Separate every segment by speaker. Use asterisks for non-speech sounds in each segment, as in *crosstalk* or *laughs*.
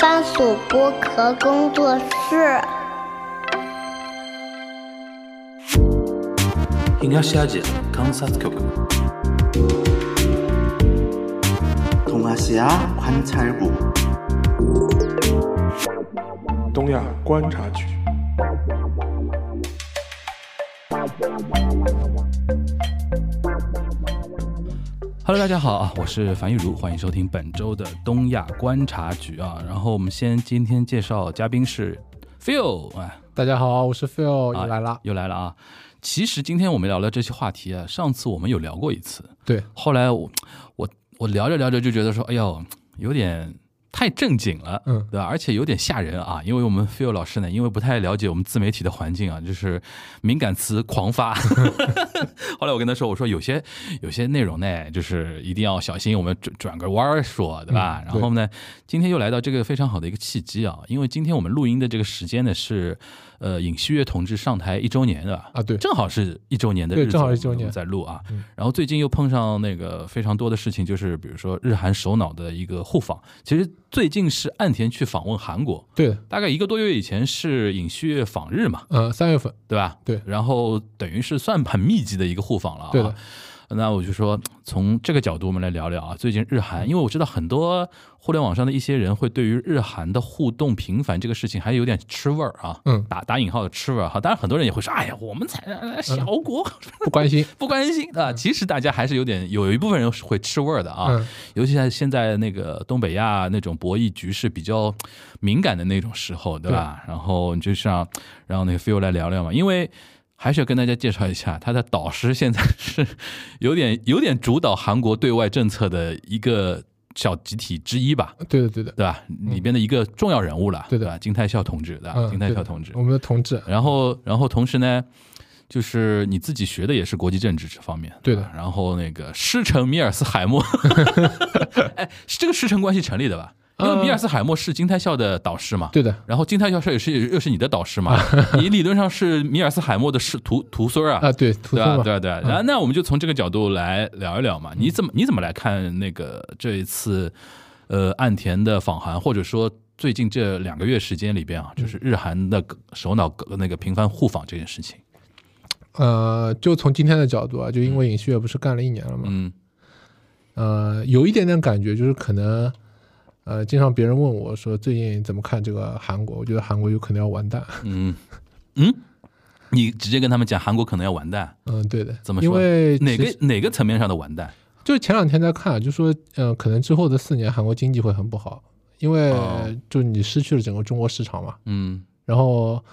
Speaker 1: 番薯剥壳工作室。
Speaker 2: 東アジア観察局
Speaker 3: 동아시아관찰국
Speaker 4: 东亚观察局。
Speaker 2: Hello，大家好啊，我是樊玉茹，欢迎收听本周的东亚观察局啊。然后我们先今天介绍嘉宾是 Phil，哎，
Speaker 5: 大家好，我是 Phil，又
Speaker 2: 啊
Speaker 5: 来啦。
Speaker 2: 又来了啊。其实今天我们聊聊这些话题啊，上次我们有聊过一次，
Speaker 5: 对，
Speaker 2: 后来我我我聊着聊着就觉得说，哎呦，有点太正经了，
Speaker 5: 嗯
Speaker 2: 对吧？而且有点吓人啊，因为我们 Phil 老师呢，因为不太了解我们自媒体的环境啊，就是敏感词狂
Speaker 5: *laughs*
Speaker 2: 发。后来我跟他说，我说有些有些内容呢，就是一定要小心，我们转转个弯儿说，对吧？
Speaker 5: 嗯
Speaker 2: 然后呢，今天又来到这个非常好的一个契机啊，因为今天我们录音的这个时间呢是，呃，尹锡悦同志上台一周年的
Speaker 5: 啊对
Speaker 2: 正好是一周年的
Speaker 5: 对
Speaker 2: 日子，
Speaker 5: 正好一周年
Speaker 2: 我们在录啊。
Speaker 5: 嗯
Speaker 2: 然后最近又碰上那个非常多的事情，就是比如说日韩首脑的一个互访。其实最近是岸田去访问韩国，
Speaker 5: 对的，
Speaker 2: 大概一个多月以前是尹锡悦访日嘛，
Speaker 5: 呃，三月份，
Speaker 2: 对吧？
Speaker 5: 对
Speaker 2: 然后等于是算很密集的一个互访了啊。
Speaker 5: 对的，
Speaker 2: *laughs* 那我就说，从这个角度我们来聊聊啊，最近日韩，因为我知道很多互联网上的一些人会对于日韩的互动频繁这个事情还有点吃味儿啊，
Speaker 5: 嗯
Speaker 2: 打打引号的吃味儿哈。当然，很多人也会说，哎呀，我们才呃小国，
Speaker 5: 不关 *laughs* 心。
Speaker 2: 不关心啊。其实大家还是有点有一部分人是会吃味儿的啊，
Speaker 5: 嗯
Speaker 2: 尤其在现在那个东北亚那种博弈局势比较敏感的那种时候，对吧？然后你就像让那个 Phil 来聊聊嘛，因为。还是要跟大家介绍一下，他的导师现在是有点 *laughs* 有点主导韩国对外政策的一个小集体之一吧，
Speaker 5: 对的，对的，
Speaker 2: 对吧？里边的一个重要人物了，
Speaker 5: 嗯对的
Speaker 2: 吧？金泰孝同志，对吧？
Speaker 5: 嗯，
Speaker 2: 金泰
Speaker 5: 对
Speaker 2: 孝
Speaker 5: 的
Speaker 2: 同志，
Speaker 5: 我们的同志，
Speaker 2: 然后，然后同时呢，就是你自己学的也是国际政治这方面，
Speaker 5: 对的
Speaker 2: 吧然后那个师承米尔斯海
Speaker 5: *laughs*
Speaker 2: 默，哎，是这个师承关系成立的吧？因为
Speaker 5: 嗯
Speaker 2: 米尔斯海默是金泰孝的导师嘛，
Speaker 5: 对的，
Speaker 2: 然后金泰孝是也是又是你的导师
Speaker 5: *laughs*
Speaker 2: 嘛，你理论上是米尔斯海默的师徒徒孙儿啊。
Speaker 5: 啊，对，徒
Speaker 2: 对
Speaker 5: 孙
Speaker 2: 啊，
Speaker 5: 嘛，
Speaker 2: 对啊，对啊。然后那我们就从这个角度来聊一聊嘛。你怎么你怎么来看那个这一次，呃，岸田的访韩，或者说最近这两个月时间里边啊，就是日韩的首脑呃那个频繁互访这件事情。
Speaker 5: 呃，就从今天的角度啊，就因为尹锡悦不是干了一年了嘛，
Speaker 2: 嗯
Speaker 5: 呃，有一点点感觉，就是可能，呃，经常别人问我说最近怎么看这个韩国，我觉得韩国有可能要完蛋。 *laughs*
Speaker 2: 嗯嗯，你直接跟他们讲韩国可能要完蛋，
Speaker 5: 嗯，对的，
Speaker 2: 怎么
Speaker 5: 因
Speaker 2: 说
Speaker 5: 为
Speaker 2: 哪
Speaker 5: 其实
Speaker 2: 个哪个层面上的完蛋？
Speaker 5: 就前两天在看，就说，呃，可能之后的四年韩国经济会很不好，因为
Speaker 2: 哦
Speaker 5: 就你失去了整个中国市场嘛。
Speaker 2: 嗯
Speaker 5: 然后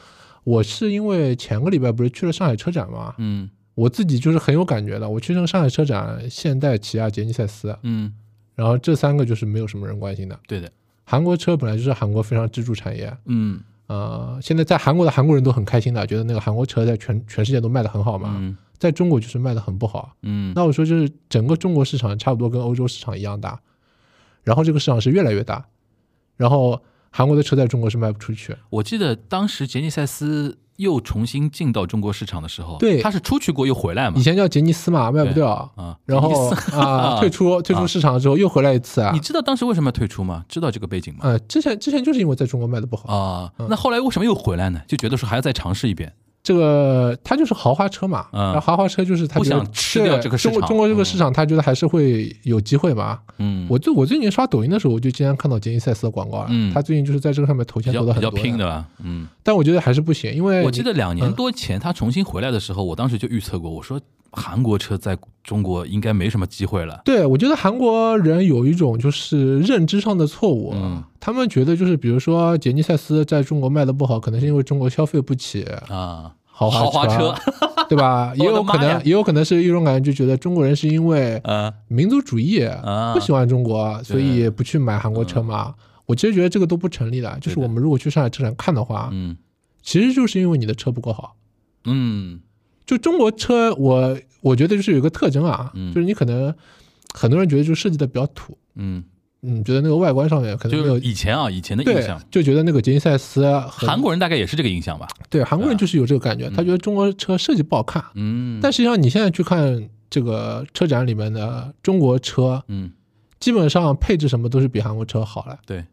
Speaker 5: 我是因为前个礼拜不是去了上海车展嘛，
Speaker 2: 嗯
Speaker 5: 我自己就是很有感觉的。我去上上海车展，现代、起亚、杰尼赛斯，
Speaker 2: 嗯，
Speaker 5: 然后这三个就是没有什么人关心的。
Speaker 2: 对的，
Speaker 5: 韩国车本来就是韩国非常支柱产业，
Speaker 2: 嗯
Speaker 5: 呃，现在在韩国的韩国人都很开心的，觉得那个韩国车在全全世界都卖得很好嘛，
Speaker 2: 嗯
Speaker 5: 在中国就是卖得很不好。
Speaker 2: 嗯
Speaker 5: 那我说就是整个中国市场差不多跟欧洲市场一样大，然后这个市场是越来越大，然后韩国的车在中国是卖不出去，
Speaker 2: 我记得当时杰尼赛斯又重新进到中国市场的时候，
Speaker 5: 对
Speaker 2: 他是出去过又回来嘛
Speaker 5: 以？前叫杰尼斯嘛，卖不
Speaker 2: 对
Speaker 5: 掉，
Speaker 2: 啊，
Speaker 5: 然
Speaker 2: 杰尼
Speaker 5: 后
Speaker 2: 斯 *laughs*
Speaker 5: 啊，退出退出市场之后又回来一次啊
Speaker 2: 你。知道当时为什么要退出吗？知道这个背景吗？
Speaker 5: 呃，之前之前就是因为在中国卖的不好，
Speaker 2: 啊、那后来为什么又回来呢？就觉得说还要再尝试一遍。
Speaker 5: 这个它就是豪华车嘛，
Speaker 2: 嗯
Speaker 5: 然后豪华车就是他
Speaker 2: 不
Speaker 5: 觉得
Speaker 2: 想吃掉
Speaker 5: 对
Speaker 2: 这个市
Speaker 5: 中国
Speaker 2: 场
Speaker 5: 中国这个市场，他觉得还是会有机会嘛。
Speaker 2: 嗯，
Speaker 5: 我最我最近刷抖音的时候，我就经常看到杰尼赛斯的广告啊
Speaker 2: 嗯，
Speaker 5: 他最近就是在这个上面投
Speaker 2: 比
Speaker 5: 钱
Speaker 2: 较
Speaker 5: 投的
Speaker 2: 比
Speaker 5: 很
Speaker 2: 较
Speaker 5: 多，
Speaker 2: 拼的，吧。嗯，
Speaker 5: 但我觉得还是不行，因为
Speaker 2: 我记
Speaker 5: 你嗯
Speaker 2: 得两年多前他重新回来的时候，我当时就预测过，我说韩国车在中国应该没什么机会了。
Speaker 5: 对，我觉得韩国人有一种就是认知上的错误，
Speaker 2: 嗯
Speaker 5: 他们觉得就是比如说杰尼赛斯在中国卖的不好，可能是因为中国消费不起
Speaker 2: 啊，
Speaker 5: 豪
Speaker 2: 豪华
Speaker 5: 车
Speaker 2: 车， *laughs*
Speaker 5: 对吧？也
Speaker 2: 我的
Speaker 5: 有
Speaker 2: 妈
Speaker 5: 可
Speaker 2: 呀
Speaker 5: 能，也有可能是一种感觉，就觉得中国人是因为
Speaker 2: 呃，
Speaker 5: 民族主义
Speaker 2: 啊嗯
Speaker 5: 不喜欢中国，所以不去买韩国车嘛。我其实觉得这个都不成立的，就是
Speaker 2: 对的
Speaker 5: 我们如果去上海车展看的话，
Speaker 2: 嗯
Speaker 5: 其实就是因为你的车不够好。
Speaker 2: 嗯
Speaker 5: 就中国车，我我觉得就是有一个特征啊，
Speaker 2: 嗯
Speaker 5: 就是你可能很多人觉得就设计的比较土，
Speaker 2: 嗯，
Speaker 5: 嗯，觉得那个外观上面可能没
Speaker 2: 就
Speaker 5: 有
Speaker 2: 是以前啊，以前的印
Speaker 5: 对
Speaker 2: 象，，
Speaker 5: 就觉得那个杰尼赛斯啊很
Speaker 2: 韩国人大概啊嗯也是这个印象吧。
Speaker 5: 对韩国人就是有这个感觉，他觉得中国车设计不好看，
Speaker 2: 嗯，
Speaker 5: 但实际上你现在去看这个车展里面的中国车，
Speaker 2: 嗯，
Speaker 5: 基本上配置什么都是比韩国车好了。
Speaker 2: 对，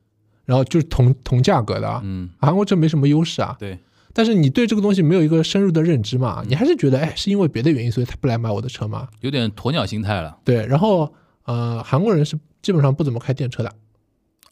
Speaker 5: 然后就是同同价格的啊，
Speaker 2: 嗯，
Speaker 5: 韩国车没什么优势啊。
Speaker 2: 对，嗯
Speaker 5: 但是你对这个东西没有一个深入的认知嘛，你还是觉得哎是因为别的原因，所以他不来买我的车嘛。
Speaker 2: 有点鸵鸟心态了。
Speaker 5: 对，然后呃，韩国人是基本上不怎么开电车的，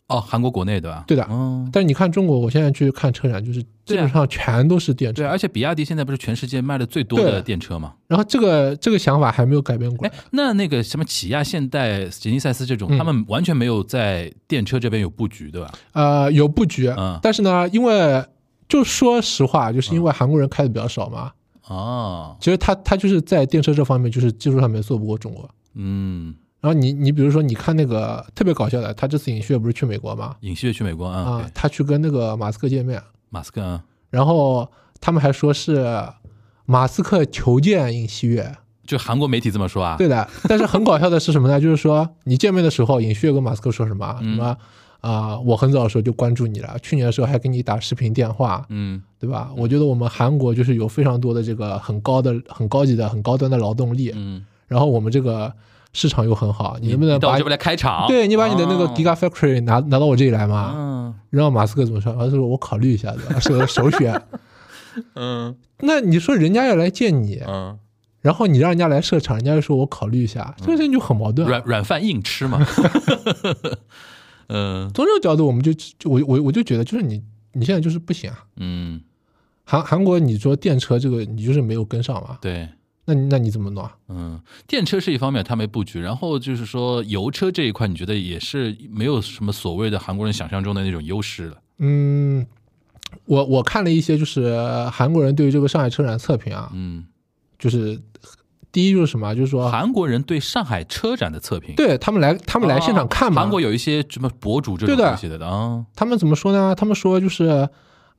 Speaker 2: 哦，韩国国内对吧？
Speaker 5: 对的
Speaker 2: 嗯，
Speaker 5: 但是你看中国，我现在去看车展，就是基
Speaker 2: 对啊
Speaker 5: 本上全都是电车。
Speaker 2: 对，啊而且比亚迪现在不是全世界卖的最多
Speaker 5: 对
Speaker 2: 的电车嘛？
Speaker 5: 然后这个这个想法还没有改变过
Speaker 2: 哎
Speaker 5: 来。，
Speaker 2: 那那个什么起亚、现代、吉尼赛斯这种，
Speaker 5: 嗯
Speaker 2: 他们完全没有在电车这边有布局，对吧？
Speaker 5: 呃，有布局，
Speaker 2: 嗯
Speaker 5: 但是呢，因为就说实话，就是因为韩国人开的比较少嘛，
Speaker 2: 哦，
Speaker 5: 其实他他就是在电车这方面就是技术上面做不过中国。
Speaker 2: 嗯，
Speaker 5: 然后你你比如说，你看那个特别搞笑的，他这次尹旭不是去美国嘛？
Speaker 2: 尹锡悦去美国啊，
Speaker 5: 啊
Speaker 2: 对，
Speaker 5: 他去跟那个马斯克见面，
Speaker 2: 马斯克啊，
Speaker 5: 然后他们还说是马斯克求见尹锡悦，
Speaker 2: 就韩国媒体这么说啊？*laughs*
Speaker 5: 对的。但是很搞笑的是什么呢？就是说你见面的时候，尹锡悦跟马斯克说什么啊什
Speaker 2: 嗯
Speaker 5: 么啊、我很早的时候就关注你了，去年的时候还给你打视频电话，
Speaker 2: 嗯，
Speaker 5: 对吧？我觉得我们韩国就是有非常多的这个很高的、很高级的、很高端的劳动力，
Speaker 2: 嗯
Speaker 5: 然后我们这个市场又很好，你能不能
Speaker 2: 你到
Speaker 5: 把
Speaker 2: 我这边来开场？
Speaker 5: 对你把你的那个
Speaker 2: 啊
Speaker 5: Gigafactory 拿拿到我这里来嘛？
Speaker 2: 嗯
Speaker 5: 然后马斯克怎么说？他说我考虑一下，对吧？是我的首选。
Speaker 2: 嗯
Speaker 5: *laughs* 那你说人家要来见你，
Speaker 2: 嗯，
Speaker 5: 然后你让人家来设厂，人家又说我考虑一下，这个事情就很矛盾啊。
Speaker 2: 软软饭硬吃嘛。 *laughs* 嗯
Speaker 5: 从这个角度，我们就就我我我就觉得，就是你你现在就是不行啊。
Speaker 2: 嗯，
Speaker 5: 韩韩国，你说电车这个你就是没有跟上嘛？
Speaker 2: 对。
Speaker 5: 那你那你怎么弄啊？
Speaker 2: 嗯，电车是一方面，它没布局，然后就是说油车这一块，你觉得也是没有什么所谓的韩国人想象中的那种优势了。
Speaker 5: 嗯，我我看了一些就是韩国人对于这个上海车展的测评啊，
Speaker 2: 嗯，
Speaker 5: 就是第一就是什么啊，就是说
Speaker 2: 韩国人对上海车展的测评，
Speaker 5: 对他们来他
Speaker 2: 他
Speaker 5: 们来现场看
Speaker 2: 哦
Speaker 5: 嘛，
Speaker 2: 韩国有一些什么博主这种
Speaker 5: 对的
Speaker 2: 东西的啊，
Speaker 5: 他们怎么说呢？他们说就是，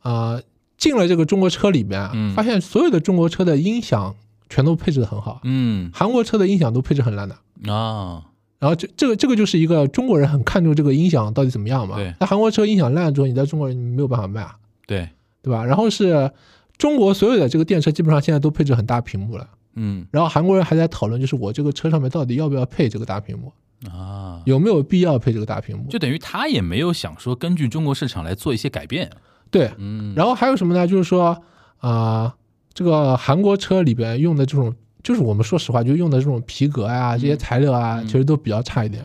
Speaker 5: 呃，进了这个中国车里面，
Speaker 2: 嗯
Speaker 5: 发现所有的中国车的音响全都配置的很好，
Speaker 2: 嗯
Speaker 5: 韩国车的音响都配置很烂的。
Speaker 2: 啊，
Speaker 5: 然后这这个这个就是一个中国人很看重这个音响到底怎么样嘛
Speaker 2: 对。
Speaker 5: 那韩国车音响烂了之后，你在中国人没有办法卖啊，
Speaker 2: 对，
Speaker 5: 对吧？然后是中国所有的这个电车基本上现在都配置很大屏幕了。
Speaker 2: 嗯
Speaker 5: 然后韩国人还在讨论，就是我这个车上面到底要不要配这个大屏幕，
Speaker 2: 啊，
Speaker 5: 有没有必要配这个大屏幕？
Speaker 2: 就等于他也没有想说根据中国市场来做一些改变。
Speaker 5: 对，
Speaker 2: 嗯，
Speaker 5: 然后还有什么呢？就是说啊、这个韩国车里边用的这种，就是我们说实话，就用的这种皮革
Speaker 2: 嗯
Speaker 5: 啊，这些材料啊，其实都比较差一点。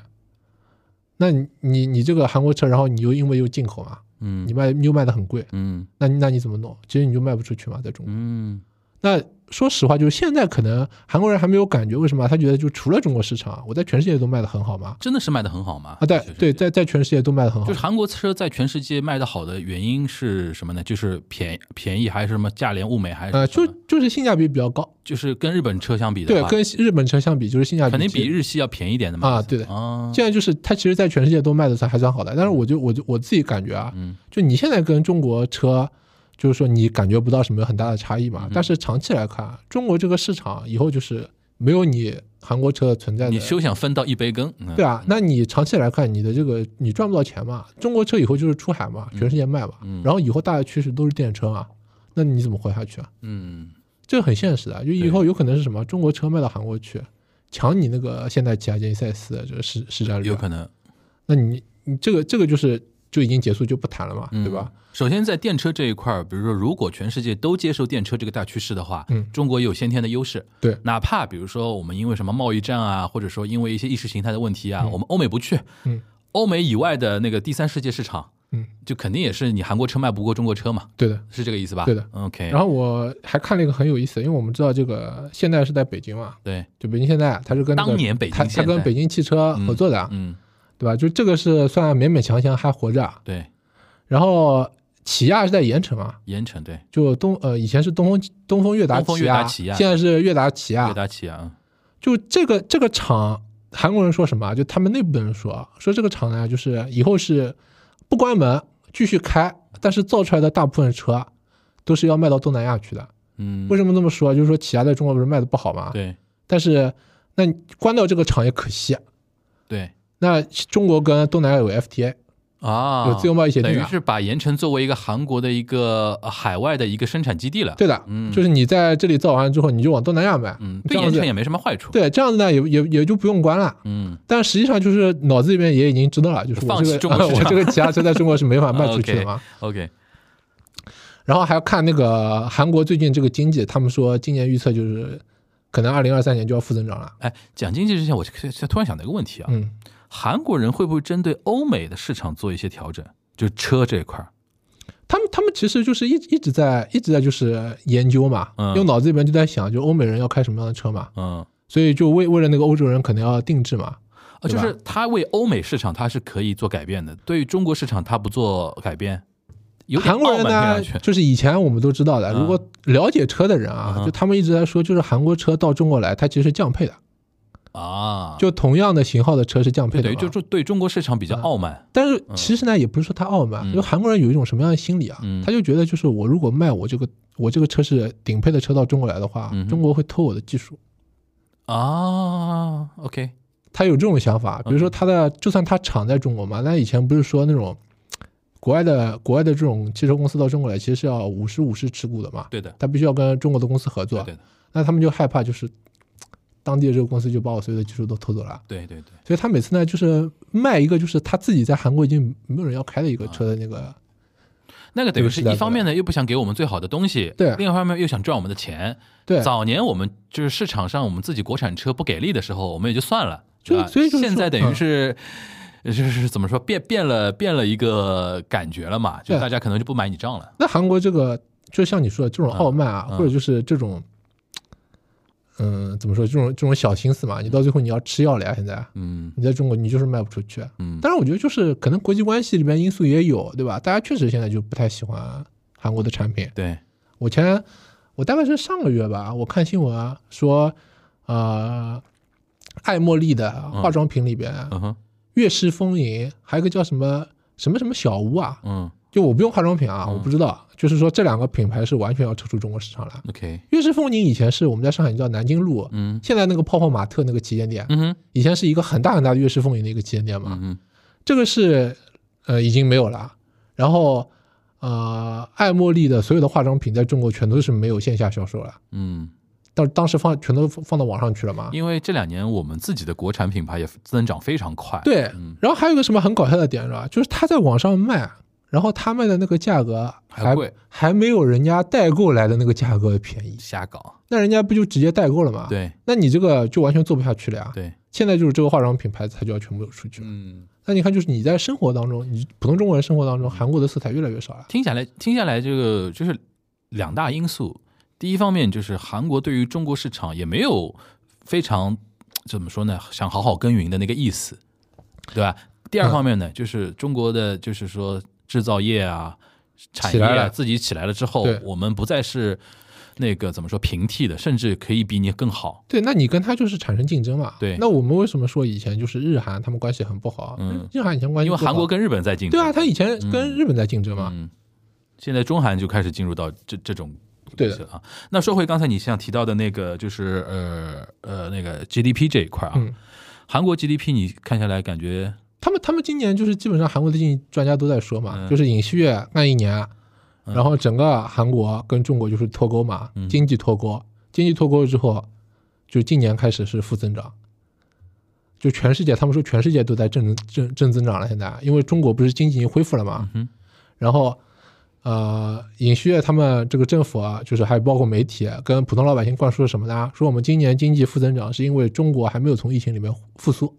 Speaker 5: 那你你你这个韩国车，然后你又因为又进口嘛，
Speaker 2: 嗯
Speaker 5: 你卖你又卖的很贵，
Speaker 2: 嗯
Speaker 5: 那你那你怎么弄？其实你就卖不出去嘛，在中国。
Speaker 2: 嗯
Speaker 5: 那说实话，就是现在可能韩国人还没有感觉，为什么啊？他觉得就除了中国市场，我在全世界都卖的很好嘛。
Speaker 2: 真的是卖的很好吗？
Speaker 5: 啊，对
Speaker 2: 确实
Speaker 5: 对，在在全世界都卖的很好
Speaker 2: 就是，韩国车在全世界卖的好的原因是什么呢？就是便便宜还是什么价廉物美还是什
Speaker 5: 呃，
Speaker 2: 么
Speaker 5: 就就是性价比比较高，
Speaker 2: 就是跟日本车相啊比
Speaker 5: 对
Speaker 2: 的，话，
Speaker 5: 跟日本车相比，就是性价比
Speaker 2: 肯定
Speaker 5: 其实
Speaker 2: 比日系要便宜一点的嘛。
Speaker 5: 啊，对的。
Speaker 2: 啊，
Speaker 5: 现在就是它其实，在全世界都卖的算还算好的，但是我就我就我自己感觉啊，
Speaker 2: 嗯
Speaker 5: 就你现在跟中国车，就是说你感觉不到什么很大的差异
Speaker 2: 嗯
Speaker 5: 嘛。但是长期来看，啊中国这个市场以后就是没有你韩国车存在
Speaker 2: 你
Speaker 5: 的，
Speaker 2: 休想分到一杯羹。嗯
Speaker 5: 对啊。那你长期来看，你的这个你赚不到钱嘛。中国车以后就是出海嘛，全世界卖嘛，
Speaker 2: 嗯
Speaker 5: 然后以后大的趋势都是电车嘛，那你怎么活下去啊？
Speaker 2: 嗯，
Speaker 5: 这个很现实的，就以后有可能是什么中国车卖到韩国去，抢你那个现代起亚杰尼赛斯的这个市市占率
Speaker 2: 有
Speaker 5: 啊，
Speaker 2: 可能，
Speaker 5: 那你你这个这个就是就已经结束就不谈了嘛，
Speaker 2: 嗯
Speaker 5: 对吧？？
Speaker 2: 首先，在电车这一块儿，比如说，如果全世界都接受电车这个大趋势的话，
Speaker 5: 嗯
Speaker 2: 中国有先天的优势。
Speaker 5: 对
Speaker 2: 哪怕比如说我们因为什么贸易战啊，或者说因为一些意识形态的问题啊，我们欧美不去，
Speaker 5: 嗯，
Speaker 2: 欧美以外的那个第三世界市场，
Speaker 5: 嗯，
Speaker 2: 就肯定也是你韩国车卖不过中国车嘛，
Speaker 5: 对的。
Speaker 2: 是这个意思吧？
Speaker 5: 对的
Speaker 2: OK，
Speaker 5: 然后我还看了一个很有意思的，因为我们知道这个现代是在北京嘛，
Speaker 2: 对，
Speaker 5: 就北京现啊代，它是跟、那个、
Speaker 2: 当年北京
Speaker 5: 它它
Speaker 2: 现代
Speaker 5: 跟北京汽车合作的，
Speaker 2: 嗯，
Speaker 5: 对吧？就这个是算勉勉强强还活着啊。
Speaker 2: 对，
Speaker 5: 然后起亚是在盐城嘛，
Speaker 2: 盐城对，
Speaker 5: 就东呃以前是东风东风悦达
Speaker 2: 东风
Speaker 5: 起
Speaker 2: 悦达
Speaker 5: 亚，
Speaker 2: 起亚
Speaker 5: 现在是悦达起亚
Speaker 2: 悦。达啊起亚，
Speaker 5: 就这个这个厂，韩国人说什么啊？就他们内部的人说，啊说这个厂呢，就是以后是不关门继续开，但是造出来的大部分车都是要卖到东南亚去的。
Speaker 2: 嗯，
Speaker 5: 为什么这么说啊？就是说起亚在中国不是卖的不好嘛？。
Speaker 2: 对
Speaker 5: 但是那你关掉这个厂也可惜啊，
Speaker 2: 对，
Speaker 5: 那中国跟东南亚有 FTA，
Speaker 2: 啊，
Speaker 5: 有自由贸易协定
Speaker 2: 等于
Speaker 5: 的
Speaker 2: 是把盐城作为一个韩国的一个呃海外的一个生产基地了。
Speaker 5: 对的，
Speaker 2: 嗯
Speaker 5: 就是你在这里造完之后，你就往东南亚卖，
Speaker 2: 嗯，
Speaker 5: 这
Speaker 2: 对
Speaker 5: 样
Speaker 2: 盐
Speaker 5: 子
Speaker 2: 城，也没什么坏处。，
Speaker 5: 对，这样子呢也也也就不用关了。
Speaker 2: 嗯
Speaker 5: 但实际上就是脑子里面也已经知道了，就是我
Speaker 2: 放弃
Speaker 5: 这个
Speaker 2: 中国市
Speaker 5: *laughs* 我
Speaker 2: 场
Speaker 5: 这个其他车在中国是没法卖出去的嘛。
Speaker 2: ，OK，
Speaker 5: 然后还要看那个韩国最近这个经济，他们说今年预测就是可能二零二三年就要负增长了。
Speaker 2: 哎，讲经济之前，我突然想到一个问题啊，
Speaker 5: 嗯，
Speaker 2: 韩国人会不会针对欧美的市场做一些调整？就车这一块儿，
Speaker 5: 他们他们其实就是一一直在一直在就是研究嘛，
Speaker 2: 嗯
Speaker 5: 用脑子里面就在想，就欧美人要开什么样的车嘛，
Speaker 2: 嗯，
Speaker 5: 所以就为为了那个欧洲人可能要定制嘛。
Speaker 2: 啊，就
Speaker 5: 对吧
Speaker 2: 是他为欧美市场他是可以做改变的，对于中国市场他不做改变，有点
Speaker 5: 韩国
Speaker 2: 傲
Speaker 5: 人
Speaker 2: 慢听
Speaker 5: 呢
Speaker 2: 上去，。
Speaker 5: 就是以前我们都知道的，
Speaker 2: 嗯
Speaker 5: 如果了解车的人啊
Speaker 2: 嗯，
Speaker 5: 就他们一直在说，就是韩国车到中国来，它其实是降配的，
Speaker 2: 啊，
Speaker 5: 就同样的型号的车是降配的嗯
Speaker 2: 等于
Speaker 5: 嘛。
Speaker 2: 就是对中国市场比较傲慢，
Speaker 5: 但是其实呢，也不是说他傲慢，
Speaker 2: 嗯
Speaker 5: 因为韩国人有一种什么样的心理啊？
Speaker 2: 嗯
Speaker 5: 他就觉得就是我如果卖我这个我这个车是顶配的车到中国来的话，
Speaker 2: 嗯哼
Speaker 5: 中国会偷我的技术。
Speaker 2: 啊，OK，
Speaker 5: 他有这种想法，
Speaker 2: 嗯
Speaker 5: 比如说他的，就算他厂在中国嘛，那以前不是说那种国外的国外的这种汽车公司到中国来，其实是要五十五十持股的嘛，
Speaker 2: 对的，
Speaker 5: 他必须要跟中国的公司合作
Speaker 2: 对。对的，
Speaker 5: 那他们就害怕就是当地的这个公司就把我所有的技术都偷走了，
Speaker 2: 对对对，
Speaker 5: 所以他每次呢就是卖一个就是他自己在韩国已经没有人要开的一个车的那个，
Speaker 2: 那个等于是
Speaker 5: 这个时代
Speaker 2: 一方面呢又不想给我们最好的东西，
Speaker 5: 对
Speaker 2: 另一方面又想赚我们的钱。
Speaker 5: 对，
Speaker 2: 早年我们就是市场上我们自己国产车不给力的时候，我们也就算了，
Speaker 5: 所以
Speaker 2: 对吧
Speaker 5: 所以就是说
Speaker 2: 现在等于
Speaker 5: 嗯
Speaker 2: 是。就是怎么说变变了变了一个感觉了嘛，就
Speaker 5: 对
Speaker 2: 大家可能就不买你账了。
Speaker 5: 那韩国这个，就像你说的这种傲慢啊，
Speaker 2: 嗯嗯
Speaker 5: 或者就是这种，嗯，怎么说？这种这种小心思嘛，你到最后你要吃药了呀！现在
Speaker 2: 嗯
Speaker 5: 你在中国，你就是卖不出去。
Speaker 2: 嗯，
Speaker 5: 当然，我觉得就是可能国际关系里面因素也有，对吧？大家确实现在就不太喜欢韩国的产品。
Speaker 2: 对，
Speaker 5: 我前我大概是上个月吧，我看新闻啊，说，呃，爱茉莉的化妆品里边，
Speaker 2: 嗯哼，
Speaker 5: 悦诗风吟，还有一个叫什么什么什么小屋啊，
Speaker 2: 嗯
Speaker 5: 就我不用化妆品啊，
Speaker 2: 嗯
Speaker 5: 我不知道，就是说这两个品牌是完全要撤出中国市场了。
Speaker 2: ，OK，
Speaker 5: 悦诗风吟以前是我们在上海，你知道南京路，
Speaker 2: 嗯
Speaker 5: 现在那个泡泡玛特那个旗舰店，
Speaker 2: 嗯哼，
Speaker 5: 以前是一个很大很大的悦诗风吟的一个旗舰店嘛，
Speaker 2: 嗯哼，
Speaker 5: 这个是呃已经没有了。然后呃，爱茉莉的所有的化妆品在中国全都是没有线下销售了，
Speaker 2: 嗯，
Speaker 5: 当当时放全都放放到网上去了嘛。
Speaker 2: 因为这两年我们自己的国产品牌也增长非常快，
Speaker 5: 对
Speaker 2: 嗯，
Speaker 5: 然后还有一个什么很搞笑的点是吧？就是他在网上卖，然后他卖的那个价格
Speaker 2: 还
Speaker 5: 还
Speaker 2: 贵
Speaker 5: 还没有人家代购来的那个价格便宜。
Speaker 2: 瞎搞，
Speaker 5: 那人家不就直接代购了吗？，
Speaker 2: 对
Speaker 5: 那你这个就完全做不下去了呀。，
Speaker 2: 对，
Speaker 5: 现在就是这个化妆品牌它就要全部出去了。
Speaker 2: 嗯，
Speaker 5: 那你看，就是你在生活当中，你普通中国人生活当中，韩国的色彩越来越少了。
Speaker 2: 听下来，听下来，这个就是两大因素。第一方面就是韩国对于中国市场也没有非常怎么说呢，想好好耕耘的那个意思，对吧？第二方面呢，就是中国的就是说制造业啊、产业
Speaker 5: 起来
Speaker 2: 啊
Speaker 5: 了
Speaker 2: 自己起来了之后
Speaker 5: 对，
Speaker 2: 我们不再是那个怎么说平替的，甚至可以比你更好。
Speaker 5: 对，那你跟他就是产生竞争嘛。
Speaker 2: 对
Speaker 5: 那我们为什么说以前就是日韩他们关系很不好？
Speaker 2: 嗯
Speaker 5: 日韩以前关系
Speaker 2: 因为
Speaker 5: 啊不好
Speaker 2: 韩国跟日本在竞争，
Speaker 5: 对啊，他以前跟日本在竞争嘛。
Speaker 2: 嗯，现在中韩就开始进入到这这种
Speaker 5: 对
Speaker 2: 东
Speaker 5: 的
Speaker 2: 西了啊。那说回刚才你像提到的那个，就是呃呃那个 GDP 这一块啊，
Speaker 5: 嗯
Speaker 2: 韩国 GDP 你看下来感觉
Speaker 5: 他们他们今年就是基本上韩国的经济专家都在说嘛，
Speaker 2: 嗯
Speaker 5: 就是尹锡悦按一年，
Speaker 2: 嗯
Speaker 5: 然后整个韩国跟中国就是脱钩嘛，
Speaker 2: 嗯
Speaker 5: 经济脱钩，经济脱钩之后，就今年开始是负增长，就全世界他们说全世界都在正正正增长了，现在因为中国不是经济已经恢复了嘛，
Speaker 2: 嗯哼
Speaker 5: 然后呃尹锡悦他们这个政府啊，就是还有包括媒体跟普通老百姓灌输了什么呢？说我们今年经济负增长是因为中国还没有从疫情里面复苏。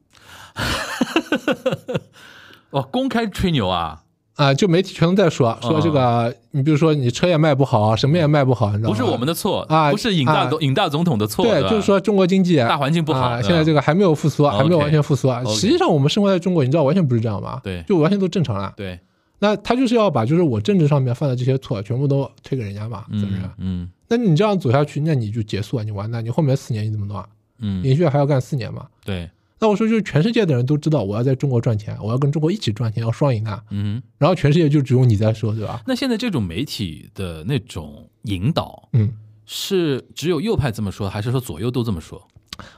Speaker 2: 哦，公开吹牛啊，
Speaker 5: 啊、就媒体全都在说说这个，你比如说你车也卖不好，什么也卖不好，你知道
Speaker 2: 不
Speaker 5: 吗？
Speaker 2: 是我们的错
Speaker 5: 啊
Speaker 2: 不是尹大
Speaker 5: 啊
Speaker 2: 总尹大总统的错，
Speaker 5: 对，
Speaker 2: 吧
Speaker 5: 就是说中国经济
Speaker 2: 大环境不好
Speaker 5: 啊
Speaker 2: 对吧
Speaker 5: 现在这个还没有复苏，
Speaker 2: OK，
Speaker 5: 还没有完全复苏啊。
Speaker 2: OK
Speaker 5: 实际上我们生活在中国，你知道完全不是这样吧？
Speaker 2: 对
Speaker 5: 就完全都正常了。
Speaker 2: 对，
Speaker 5: 那他就是要把就是我政治上面犯的这些错全部都推给人家嘛，责任
Speaker 2: 嗯。嗯
Speaker 5: 那你这样走下去，那你就结束啊，你完蛋，你后面四年你怎么弄啊？
Speaker 2: 嗯，
Speaker 5: 连续还要干四年嘛？
Speaker 2: 对，
Speaker 5: 那我说就是全世界的人都知道我要在中国赚钱，我要跟中国一起赚钱，要双赢的。
Speaker 2: 嗯哼。
Speaker 5: 然后全世界就只有你在说，对吧？
Speaker 2: 那现在这种媒体的那种引导，
Speaker 5: 嗯。
Speaker 2: 是只有右派这么说，还是说左右都这么说？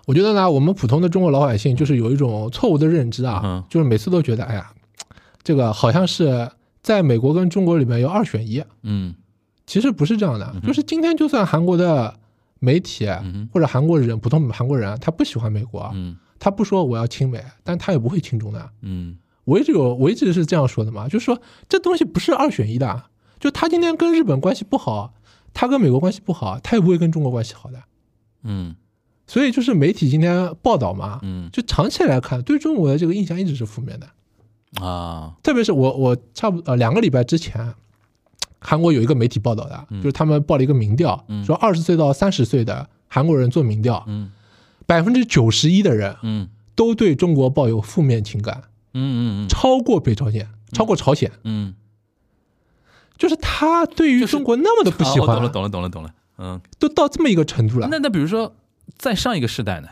Speaker 5: 我觉得呢，我们普通的中国老百姓就是有一种错误的认知啊，
Speaker 2: 嗯
Speaker 5: 就是每次都觉得，哎呀，这个好像是在美国跟中国里面有二选一，啊
Speaker 2: 嗯
Speaker 5: 其实不是这样的，就是今天就算韩国的媒体啊
Speaker 2: 嗯哼
Speaker 5: 或者韩国人普通韩国人，他不喜欢美国，啊
Speaker 2: 嗯
Speaker 5: 他不说我要亲美，但他也不会亲中的。啊
Speaker 2: 嗯
Speaker 5: 我一直有，我一直是这样说的嘛，就是说这东西不是二选一的，啊就他今天跟日本关系不好，他跟美国关系不好，他也不会跟中国关系好的。
Speaker 2: 嗯
Speaker 5: 所以就是媒体今天报道嘛，
Speaker 2: 嗯
Speaker 5: 就长期来看，对中国的这个印象一直是负面的。
Speaker 2: 啊，
Speaker 5: 特别是我我差不多呃两个礼拜之前，韩国有一个媒体报道的，就是他们报了一个民调，
Speaker 2: 嗯
Speaker 5: 说二十岁到三十岁的韩国人做民调，
Speaker 2: 嗯
Speaker 5: 百分之九十一的人
Speaker 2: 嗯
Speaker 5: 都对中国抱有负面情感，
Speaker 2: 嗯嗯
Speaker 5: 超过北朝鲜，超过朝鲜，
Speaker 2: 嗯，
Speaker 5: 就是他对于
Speaker 2: 就是
Speaker 5: 中国那么的不喜
Speaker 2: 啊我
Speaker 5: 欢，
Speaker 2: 懂了懂了懂了懂了，嗯，
Speaker 5: 都到这么一个程度了。
Speaker 2: 那那比如说在上一个世代呢，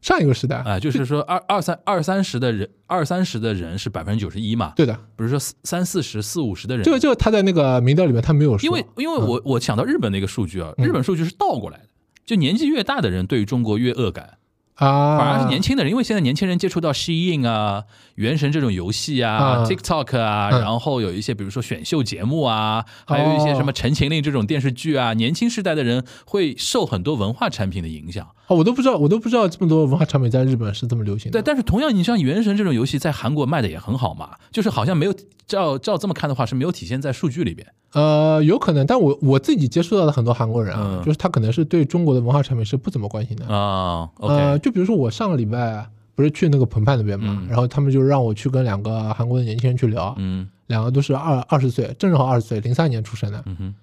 Speaker 5: 上一个时代，
Speaker 2: 啊，就是说二二三二三十的人，二三十的人是百分之九十一嘛，
Speaker 5: 对的，
Speaker 2: 比如说四三四十四五十的人，
Speaker 5: 这个这个他在那个民调里面他没有说，
Speaker 2: 因为因为我我想到日本的一个数据啊，
Speaker 5: 嗯
Speaker 2: 日本数据是倒过来的，就年纪越大的人对于中国越恶感，
Speaker 5: 啊，
Speaker 2: 反而是年轻的人，因为现在年轻人接触到 Shein 啊、原神这种游戏啊、
Speaker 5: 啊
Speaker 2: TikTok 啊，
Speaker 5: 嗯
Speaker 2: 然后有一些比如说选秀节目啊，还有一些
Speaker 5: 哦
Speaker 2: 什么《陈情令》这种电视剧啊，年轻时代的人会受很多文化产品的影响。
Speaker 5: 哦，我都不知道，我都不知道这么多文化产品在日本是这么流行的。
Speaker 2: 对，但是同样，你像《原神》这种游戏在韩国卖的也很好嘛，就是好像没有照照这么看的话是没有体现在数据里边。
Speaker 5: 呃，有可能，但我我自己接触到的很多韩国人啊，
Speaker 2: 嗯
Speaker 5: 就是他可能是对中国的文化产品是不怎么关心的。
Speaker 2: 啊，OK，
Speaker 5: 呃，就比如说我上个礼拜不是去那个澎湃那边嘛，
Speaker 2: 嗯
Speaker 5: 然后他们就让我去跟两个韩国的年轻人去聊，
Speaker 2: 嗯
Speaker 5: 两个都是二二十岁，正好二十岁，零三年出生的，
Speaker 2: 嗯哼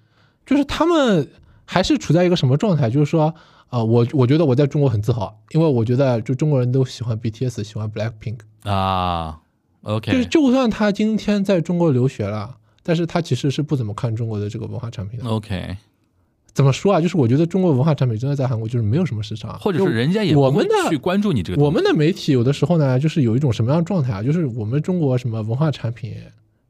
Speaker 5: 就是他们还是处在一个什么状态？就是说，呃，我我觉得我在中国很自豪，因为我觉得就中国人都喜欢 BTS，喜欢 Blackpink，
Speaker 2: 啊
Speaker 5: 就
Speaker 2: ，OK
Speaker 5: 是就算他今天在中国留学了，但是他其实是不怎么看中国的这个文化产品的。
Speaker 2: OK，
Speaker 5: 怎么说啊？就是我觉得中国文化产品真的在韩国就是没有什么市场，啊
Speaker 2: 或者是
Speaker 5: 就
Speaker 2: 人家也
Speaker 5: 我
Speaker 2: 不会
Speaker 5: 们的
Speaker 2: 去关注你这个东西，
Speaker 5: 我们的媒体有的时候呢，就是有一种什么样的状态啊？就是我们中国什么文化产品，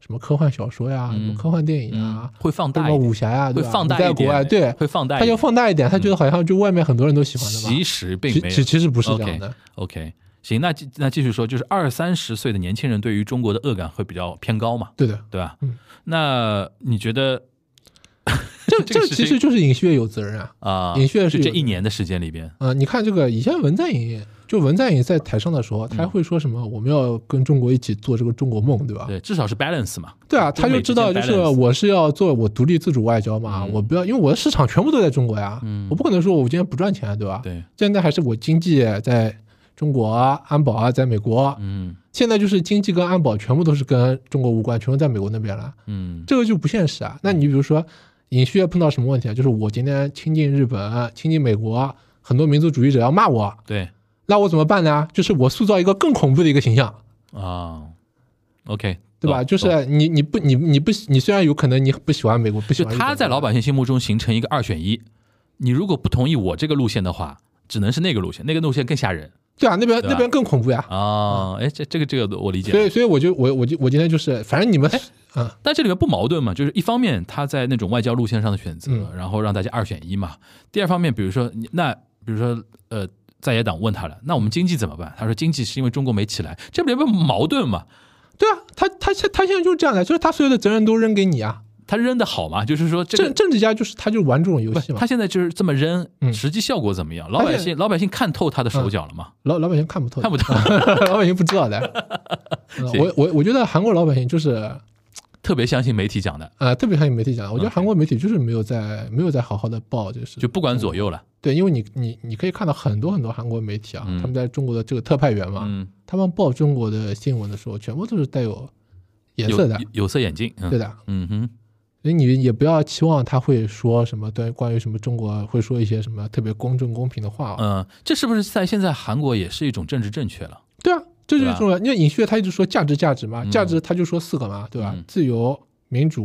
Speaker 5: 什么科幻小说呀，
Speaker 2: 嗯
Speaker 5: 什么科幻电影
Speaker 2: 嗯
Speaker 5: 啊，
Speaker 2: 会放
Speaker 5: 什
Speaker 2: 大
Speaker 5: 么
Speaker 2: 一点，
Speaker 5: 武侠呀，
Speaker 2: 会
Speaker 5: 对吧
Speaker 2: 放大
Speaker 5: 你在
Speaker 2: 一点，
Speaker 5: 国外对，
Speaker 2: 会放大一
Speaker 5: 他
Speaker 2: 点，嗯
Speaker 5: 就放大一点，他觉得好像就外面很多人都喜欢的嘛。
Speaker 2: 其实并
Speaker 5: 其
Speaker 2: 没有
Speaker 5: 其其实不是这样的。
Speaker 2: OK。行，那继那继续说，就是二三十岁的年轻人对于中国的恶感会比较偏高嘛，*laughs*
Speaker 5: 对的，
Speaker 2: 对吧？
Speaker 5: 嗯、
Speaker 2: 那你觉得
Speaker 5: 这
Speaker 2: 这个
Speaker 5: 这
Speaker 2: 事
Speaker 5: 其实
Speaker 2: 情
Speaker 5: 就是尹旭月有责任啊。
Speaker 2: 啊，
Speaker 5: 尹旭
Speaker 2: 是
Speaker 5: 是
Speaker 2: 这
Speaker 5: 有的
Speaker 2: 一年的时间里边，
Speaker 5: 啊、你看这个以前文在寅，就文在寅在台上的时候，他还会说什么我们要跟中国一起做这个中国梦，对吧？
Speaker 2: 嗯对，至少是 balance 嘛。
Speaker 5: 啊对啊，
Speaker 2: 中
Speaker 5: 他
Speaker 2: 美
Speaker 5: 就知道，
Speaker 2: 之
Speaker 5: 就
Speaker 2: 间
Speaker 5: 是
Speaker 2: balance
Speaker 5: 我是要做我独立自主外交嘛，我不要，因为我的市场全部都在中国呀，我不可能说我今天不赚钱，对吧？，
Speaker 2: 嗯对，
Speaker 5: 现在还是我经济在中国，安保啊在美国，
Speaker 2: 嗯
Speaker 5: 现在就是经济跟安保全部都是跟中国无关，全都在美国那边了，
Speaker 2: 嗯
Speaker 5: 这个就不现实啊。那你比如说，尹旭碰到什么问题啊？就是我今天亲近日本，亲近美国，很多民族主义者要骂我，
Speaker 2: 对
Speaker 5: 那我怎么办呢？就是我塑造一个更恐怖的一个形象。
Speaker 2: 啊，OK，
Speaker 5: 对吧？
Speaker 2: 懂
Speaker 5: 就
Speaker 2: 懂
Speaker 5: 是你你不你你不你虽然有可能你不喜欢美国，不喜
Speaker 2: 就
Speaker 5: 欢日
Speaker 2: 他
Speaker 5: 本
Speaker 2: 在老百姓心目中形成一个二选一，你如果不同意我这个路线的话，只能是那个路线，那个路线更吓人
Speaker 5: 对啊，那边
Speaker 2: 对吧
Speaker 5: 那边更恐怖呀。
Speaker 2: 啊！哎，这这个这个我理解
Speaker 5: 嗯所，以所以我就我我就我今天就是，反正你们
Speaker 2: 哎
Speaker 5: 啊
Speaker 2: 但这里面不矛盾嘛，就是一方面他在那种外交路线上的选择，
Speaker 5: 嗯
Speaker 2: 然后让大家二选一嘛；第二方面，比如说你那比如说呃。在野党问他了，那我们经济怎么办？他说经济是因为中国没起来，这不也不矛盾嘛？
Speaker 5: 对啊，他他现他现在就是这样的，就是他所有的责任都扔给你啊。
Speaker 2: 他扔的好嘛？就是说这个
Speaker 5: 政政治家就是他就玩这种游
Speaker 2: 不
Speaker 5: 戏，嘛
Speaker 2: 他，现在就是这么扔，
Speaker 5: 嗯
Speaker 2: 实际效果怎么样？老百姓老百姓看透他的手脚了吗？
Speaker 5: 老老百姓看不透
Speaker 2: 看
Speaker 5: 的，
Speaker 2: 不透，
Speaker 5: *laughs* 老百姓不知
Speaker 2: *laughs*
Speaker 5: 道的。嗯
Speaker 2: 行
Speaker 5: 我我我觉得韩国老百姓就是
Speaker 2: *laughs* 特别相信媒体讲的，
Speaker 5: 呃，特别像媒体讲的，我觉得
Speaker 2: OK
Speaker 5: 韩国媒体就是没有在没有在好好的报这个事，
Speaker 2: 就不管左右了。
Speaker 5: 对，因为你你你可以看到很多很多韩国媒体啊，
Speaker 2: 嗯
Speaker 5: 他们在中国的这个特派员嘛，
Speaker 2: 嗯，
Speaker 5: 他们报中国的新闻的时候，全部都是带有颜
Speaker 2: 有
Speaker 5: 色的
Speaker 2: 有，有色眼镜，嗯
Speaker 5: 对，的。
Speaker 2: 嗯哼，
Speaker 5: 所以你也不要期望他会说什么对关于什么中国会说一些什么特别公正公平的话、啊。
Speaker 2: 嗯，这是不是在现在韩国也是一种政治正确了？
Speaker 5: 对啊，这就
Speaker 2: 对
Speaker 5: 是
Speaker 2: 吧
Speaker 5: 重要。因为尹旭他一直说价值价值嘛，
Speaker 2: 嗯
Speaker 5: 价值他就说四个嘛，对吧？
Speaker 2: 嗯
Speaker 5: 自由、民主，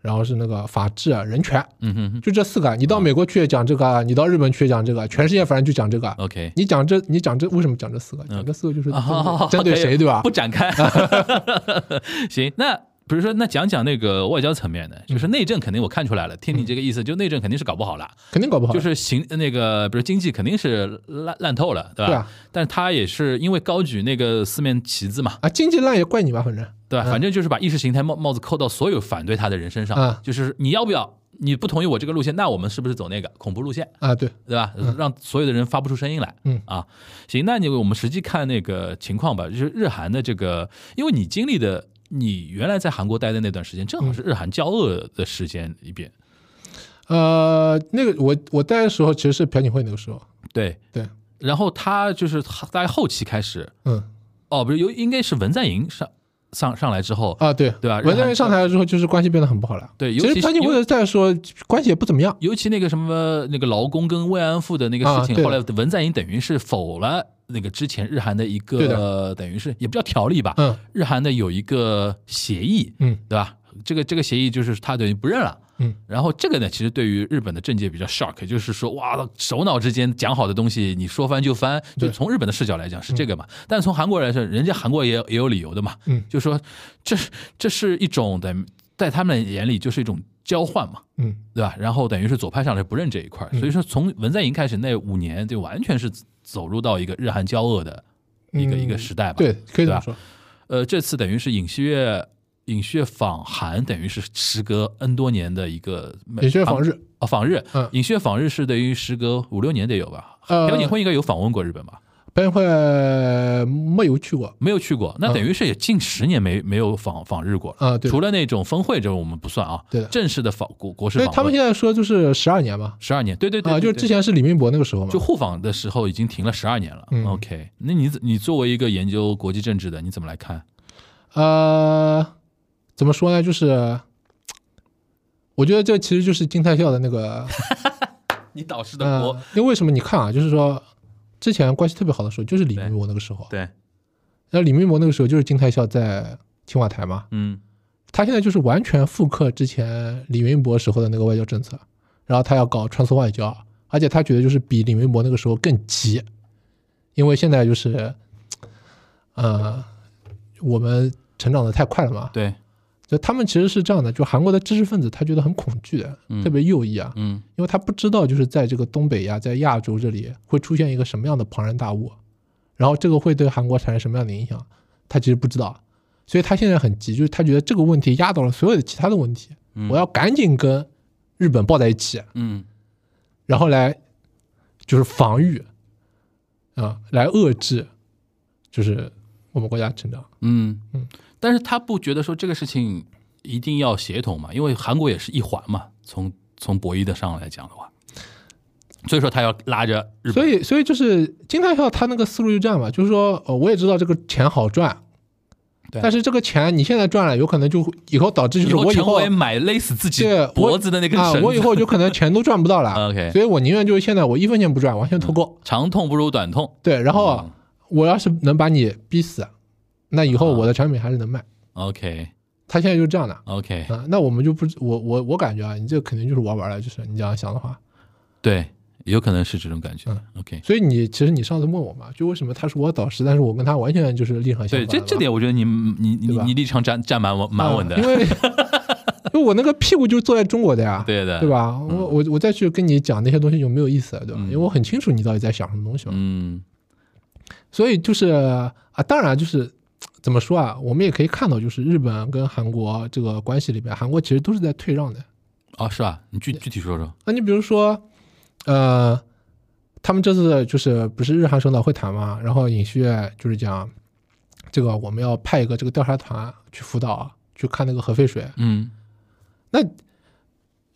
Speaker 5: 然后是那个法治、啊人权，
Speaker 2: 嗯哼
Speaker 5: 就这四个。啊你到美国去也讲这个，啊你到日本去也讲这个，啊全世界反正就讲这个。啊
Speaker 2: ，OK，
Speaker 5: 你讲这，你讲这，为什么讲
Speaker 2: 嗯 *laughs*
Speaker 5: 这四个？讲这四个就是针对,、
Speaker 2: 啊
Speaker 5: 针对谁，对吧
Speaker 2: *laughs* 不？展开，行，那比如说，那讲讲那个外交层面的，
Speaker 5: 嗯
Speaker 2: 就是内政肯定我看出来了，听你这个意思，就内政肯定是搞不好了，
Speaker 5: 肯定搞不好。
Speaker 2: 就是行那个，比如经济肯定是烂烂透了，对吧？
Speaker 5: 对啊
Speaker 2: 但是他也是因为高举那个四面旗子嘛，
Speaker 5: 啊，经济烂也怪你吧，反正
Speaker 2: 对吧？反正就是把意识形态帽帽子扣到所有反对他的人身上，
Speaker 5: 啊
Speaker 2: 就是你要不要？你不同意我这个路线，那我们是不是走那个恐怖路线？
Speaker 5: 啊，对，
Speaker 2: 对吧？让所有的人发不出声音来。
Speaker 5: 嗯
Speaker 2: 啊，行，那你我们实际看那个情况吧，就是日韩的这个，因为你经历的，你原来在韩国待的那段时间，正好
Speaker 5: 嗯
Speaker 2: 是日韩交恶的时间里边。
Speaker 5: 呃，那个我我待的时候其实是朴槿惠那个时候，
Speaker 2: 对，
Speaker 5: 对，
Speaker 2: 然后他就是他大概后期开始，
Speaker 5: 嗯
Speaker 2: 哦，不是，有应该是文在寅上上上来之后，
Speaker 5: 啊，对
Speaker 2: 对吧
Speaker 5: 文在寅上台了之后，就是关系变得很不好了。
Speaker 2: 对尤其
Speaker 5: 其实
Speaker 2: 是
Speaker 5: 朴槿
Speaker 2: 因为
Speaker 5: 惠再说关系也不怎么样。
Speaker 2: 尤其那个什么那个劳工跟慰安妇的那个事情，
Speaker 5: 啊对
Speaker 2: 后来文在寅等于是否了那个之前日韩的一
Speaker 5: 对
Speaker 2: 个
Speaker 5: 的
Speaker 2: 呃等于是也不叫条例吧，
Speaker 5: 嗯
Speaker 2: 日韩的有一个协议，
Speaker 5: 嗯
Speaker 2: 对吧？这个这个协议就是他等于不认了。
Speaker 5: 嗯，
Speaker 2: 然后这个呢，其实对于日本的政界比较 shock，就是说，哇，首脑之间讲好的东西，你说翻就翻，就
Speaker 5: 对
Speaker 2: 从日本的视角来讲是这个嘛。但从韩国来说，人家韩国也也有理由的嘛，
Speaker 5: 嗯
Speaker 2: 就说这这是一种等在他们眼里就是一种交换嘛，
Speaker 5: 嗯，
Speaker 2: 对吧？然后等于是左派上来不认这一块儿，所以说从文在寅开始那五年，就完全是走入到一个日韩交恶的一个、
Speaker 5: 嗯
Speaker 2: 一个时代吧。
Speaker 5: 对，可
Speaker 2: 对
Speaker 5: 以这
Speaker 2: 吧
Speaker 5: 么说。
Speaker 2: 呃，这次等于是尹锡悦尹锡悦访韩，等于是时隔 N 多年的一个
Speaker 5: 尹锡悦访日
Speaker 2: 啊、哦访日，
Speaker 5: 嗯
Speaker 2: 尹锡悦访日是等于时隔五六年得有吧？
Speaker 5: 呃
Speaker 2: 朴槿惠应该有访问过日本吧？
Speaker 5: 朴槿惠没有去过，
Speaker 2: 没有去过，那
Speaker 5: 嗯
Speaker 2: 等于是也近十年没没有访访日过了
Speaker 5: 啊对
Speaker 2: 除了那种峰会，这种我们不算啊。
Speaker 5: 对的
Speaker 2: 正式的访国国事
Speaker 5: 所以
Speaker 2: 访
Speaker 5: 他们现在说就是十二年嘛，
Speaker 2: 十二年，对对对
Speaker 5: 啊，
Speaker 2: 对
Speaker 5: 就是
Speaker 2: 对
Speaker 5: 之前是李明博那个时候嘛
Speaker 2: 就，互访的时候已经停了十二年了。
Speaker 5: 嗯
Speaker 2: OK，那你你作为一个研究国际政治的，你怎么来看？
Speaker 5: 呃，怎么说呢？就是我觉得这其实就是金泰孝的
Speaker 2: *laughs*
Speaker 5: 那个，
Speaker 2: 你导师的国、
Speaker 5: 呃，因为为什么？你看啊，就是说之前关系特别好的时候，就是李
Speaker 2: 对
Speaker 5: 明博那个时候，
Speaker 2: 对，
Speaker 5: 那李明博那个时候就是金泰孝在青瓦台嘛，
Speaker 2: 嗯
Speaker 5: 他现在就是完全复刻之前李明博时候的那个外交政策，然后他要搞穿梭外交，而且他觉得就是比李明博那个时候更急，因为现在就是，呃，我们成长的太快了嘛，
Speaker 2: 对，
Speaker 5: 就他们其实是这样的，就韩国的知识分子他觉得很恐惧的，特别右翼啊，
Speaker 2: 嗯
Speaker 5: 因为他不知道就是在这个东北亚啊在亚洲这里会出现一个什么样的庞然大物，然后这个会对韩国产生什么样的影响，他其实不知道，所以他现在很急，就是他觉得这个问题压倒了所有的其他的问题，我要赶紧跟日本抱在一起，
Speaker 2: 嗯
Speaker 5: 然后来就是防御啊、来遏制，就是我们国家成长。
Speaker 2: 嗯
Speaker 5: 嗯
Speaker 2: 但是他不觉得说这个事情一定要协同嘛，因为韩国也是一环嘛，从从博弈的上来讲的话，所以说他要拉着日本，
Speaker 5: 所以，所以就是金泰票他那个思路就这样嘛，就是说，呃，我也知道这个钱好赚，
Speaker 2: 对
Speaker 5: 但是这个钱你现在赚了，有可能就会以后导致就
Speaker 2: 以
Speaker 5: 是
Speaker 2: 后
Speaker 5: 我以
Speaker 2: 成
Speaker 5: 后
Speaker 2: 为买勒死自己
Speaker 5: 对我
Speaker 2: 脖子的那根
Speaker 5: 啊
Speaker 2: 绳，子，
Speaker 5: 我以后就可能钱都赚不到了。
Speaker 2: *laughs* OK
Speaker 5: 所以我宁愿就是现在我一分钱不赚，完全投购。
Speaker 2: *laughs* 长痛不如短痛
Speaker 5: 对，然后啊
Speaker 2: 嗯
Speaker 5: 我要是能把你逼死，那以后我的产品还是能卖。
Speaker 2: ，OK
Speaker 5: 他现在就这样的
Speaker 2: OK，
Speaker 5: 啊，那我们就不知，我我我感觉啊，你这肯定就是玩完了，就是你这样想的话。
Speaker 2: 对，有可能是这种感
Speaker 5: 嗯
Speaker 2: 觉，OK。
Speaker 5: 所以你其实你上次问我嘛，就为什么他是我导师，但是我跟他完全就是立场相
Speaker 2: 对，
Speaker 5: 反的
Speaker 2: 这
Speaker 5: 嘛
Speaker 2: 这点我觉得你你你
Speaker 5: 对吧
Speaker 2: 你立场站站蛮稳蛮稳的
Speaker 5: 啊，
Speaker 2: *laughs*
Speaker 5: 因为因为我那个屁股就是坐在中国的呀，
Speaker 2: 对的，
Speaker 5: 对？吧？我我我再去跟你讲那些东西有没有意思，对吧？
Speaker 2: 嗯
Speaker 5: 因为我很清楚你到底在想什么东西嘛。
Speaker 2: 嗯
Speaker 5: 所以就是啊，当然就是怎么说啊，我们也可以看到，就是日本跟韩国这个关系里边，韩国其实都是在退让的。
Speaker 2: 哦，是吧？你具具体说说，
Speaker 5: 那你比如说，呃，他们这次就是不是日韩首脑会谈嘛，然后尹锡悦就是讲，这个我们要派一个这个调查团去福岛去看那个核废水，
Speaker 2: 嗯
Speaker 5: 那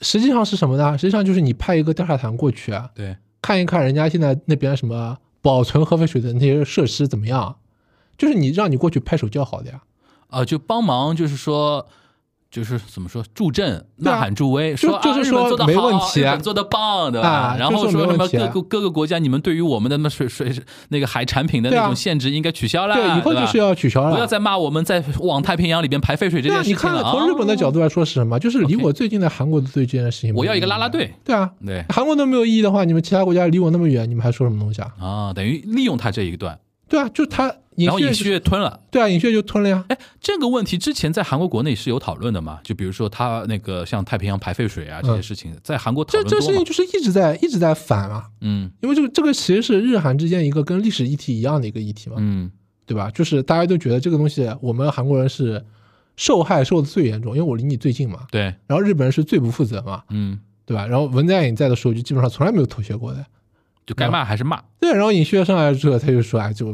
Speaker 5: 实际上是什么呢？实际上就是你派一个调查团过去啊，
Speaker 2: 对，
Speaker 5: 看一看人家现在那边什么保存核废水的那些设施怎么样，就是你让你过去拍手叫好的呀。
Speaker 2: 啊，就帮忙，就是说，就是怎么说，助阵、
Speaker 5: 对啊
Speaker 2: 呐喊、助威，
Speaker 5: 就
Speaker 2: 说
Speaker 5: 就是
Speaker 2: 啊、日本
Speaker 5: 说
Speaker 2: 做的
Speaker 5: 没问题
Speaker 2: 日
Speaker 5: 啊
Speaker 2: 本做的棒，对吧？
Speaker 5: 啊
Speaker 2: 然
Speaker 5: 就
Speaker 2: 后
Speaker 5: 说
Speaker 2: 说
Speaker 5: 没
Speaker 2: 什么
Speaker 5: 问题
Speaker 2: 各
Speaker 5: 啊
Speaker 2: 个各个国家，你们对于我们的那么水水那个海产品的
Speaker 5: 对
Speaker 2: 那
Speaker 5: 啊
Speaker 2: 种限制应该取消了，
Speaker 5: 对，以后
Speaker 2: 吧
Speaker 5: 就是要取消了。
Speaker 2: 不要再骂我们在往太平洋里边排废水这
Speaker 5: 对
Speaker 2: 件
Speaker 5: 啊，
Speaker 2: 事
Speaker 5: 你
Speaker 2: 情
Speaker 5: 看
Speaker 2: 了啊！
Speaker 5: 从日本的角度来说是什么？就是离
Speaker 2: OK
Speaker 5: 我最近的韩国的最近的事情。
Speaker 2: 我要一个啦啦队。
Speaker 5: 对啊，
Speaker 2: 对
Speaker 5: 韩国都没有意义的话，你们其他国家离我那么远，你们还说什么东西啊？
Speaker 2: 啊，等于利用他这一段，
Speaker 5: 对啊，就他尹
Speaker 2: 然后尹
Speaker 5: 旭
Speaker 2: 旭月吞了。
Speaker 5: 对啊，尹旭就吞了呀。
Speaker 2: 哎，这个问题之前在韩国国内是有讨论的嘛？就比如说他那个像太平洋排废水啊这些
Speaker 5: 嗯
Speaker 2: 事情，在韩国讨
Speaker 5: 这
Speaker 2: 论
Speaker 5: 这事
Speaker 2: 多
Speaker 5: 情
Speaker 2: 嘛？
Speaker 5: 就是一直在一直在反啊，
Speaker 2: 嗯
Speaker 5: 因为这个这个其实是日韩之间一个跟历史议题一样的一个议题嘛，
Speaker 2: 嗯
Speaker 5: 对吧？就是大家都觉得这个东西我们韩国人是受害受的最严重，因为我离你最近嘛，
Speaker 2: 对
Speaker 5: 然后日本人是最不负责嘛，
Speaker 2: 嗯，
Speaker 5: 对吧？然后文在寅在的时候就基本上从来没有妥协过的，
Speaker 2: 就该骂还是骂
Speaker 5: 对。然后尹旭月上来之后，他就说，哎，就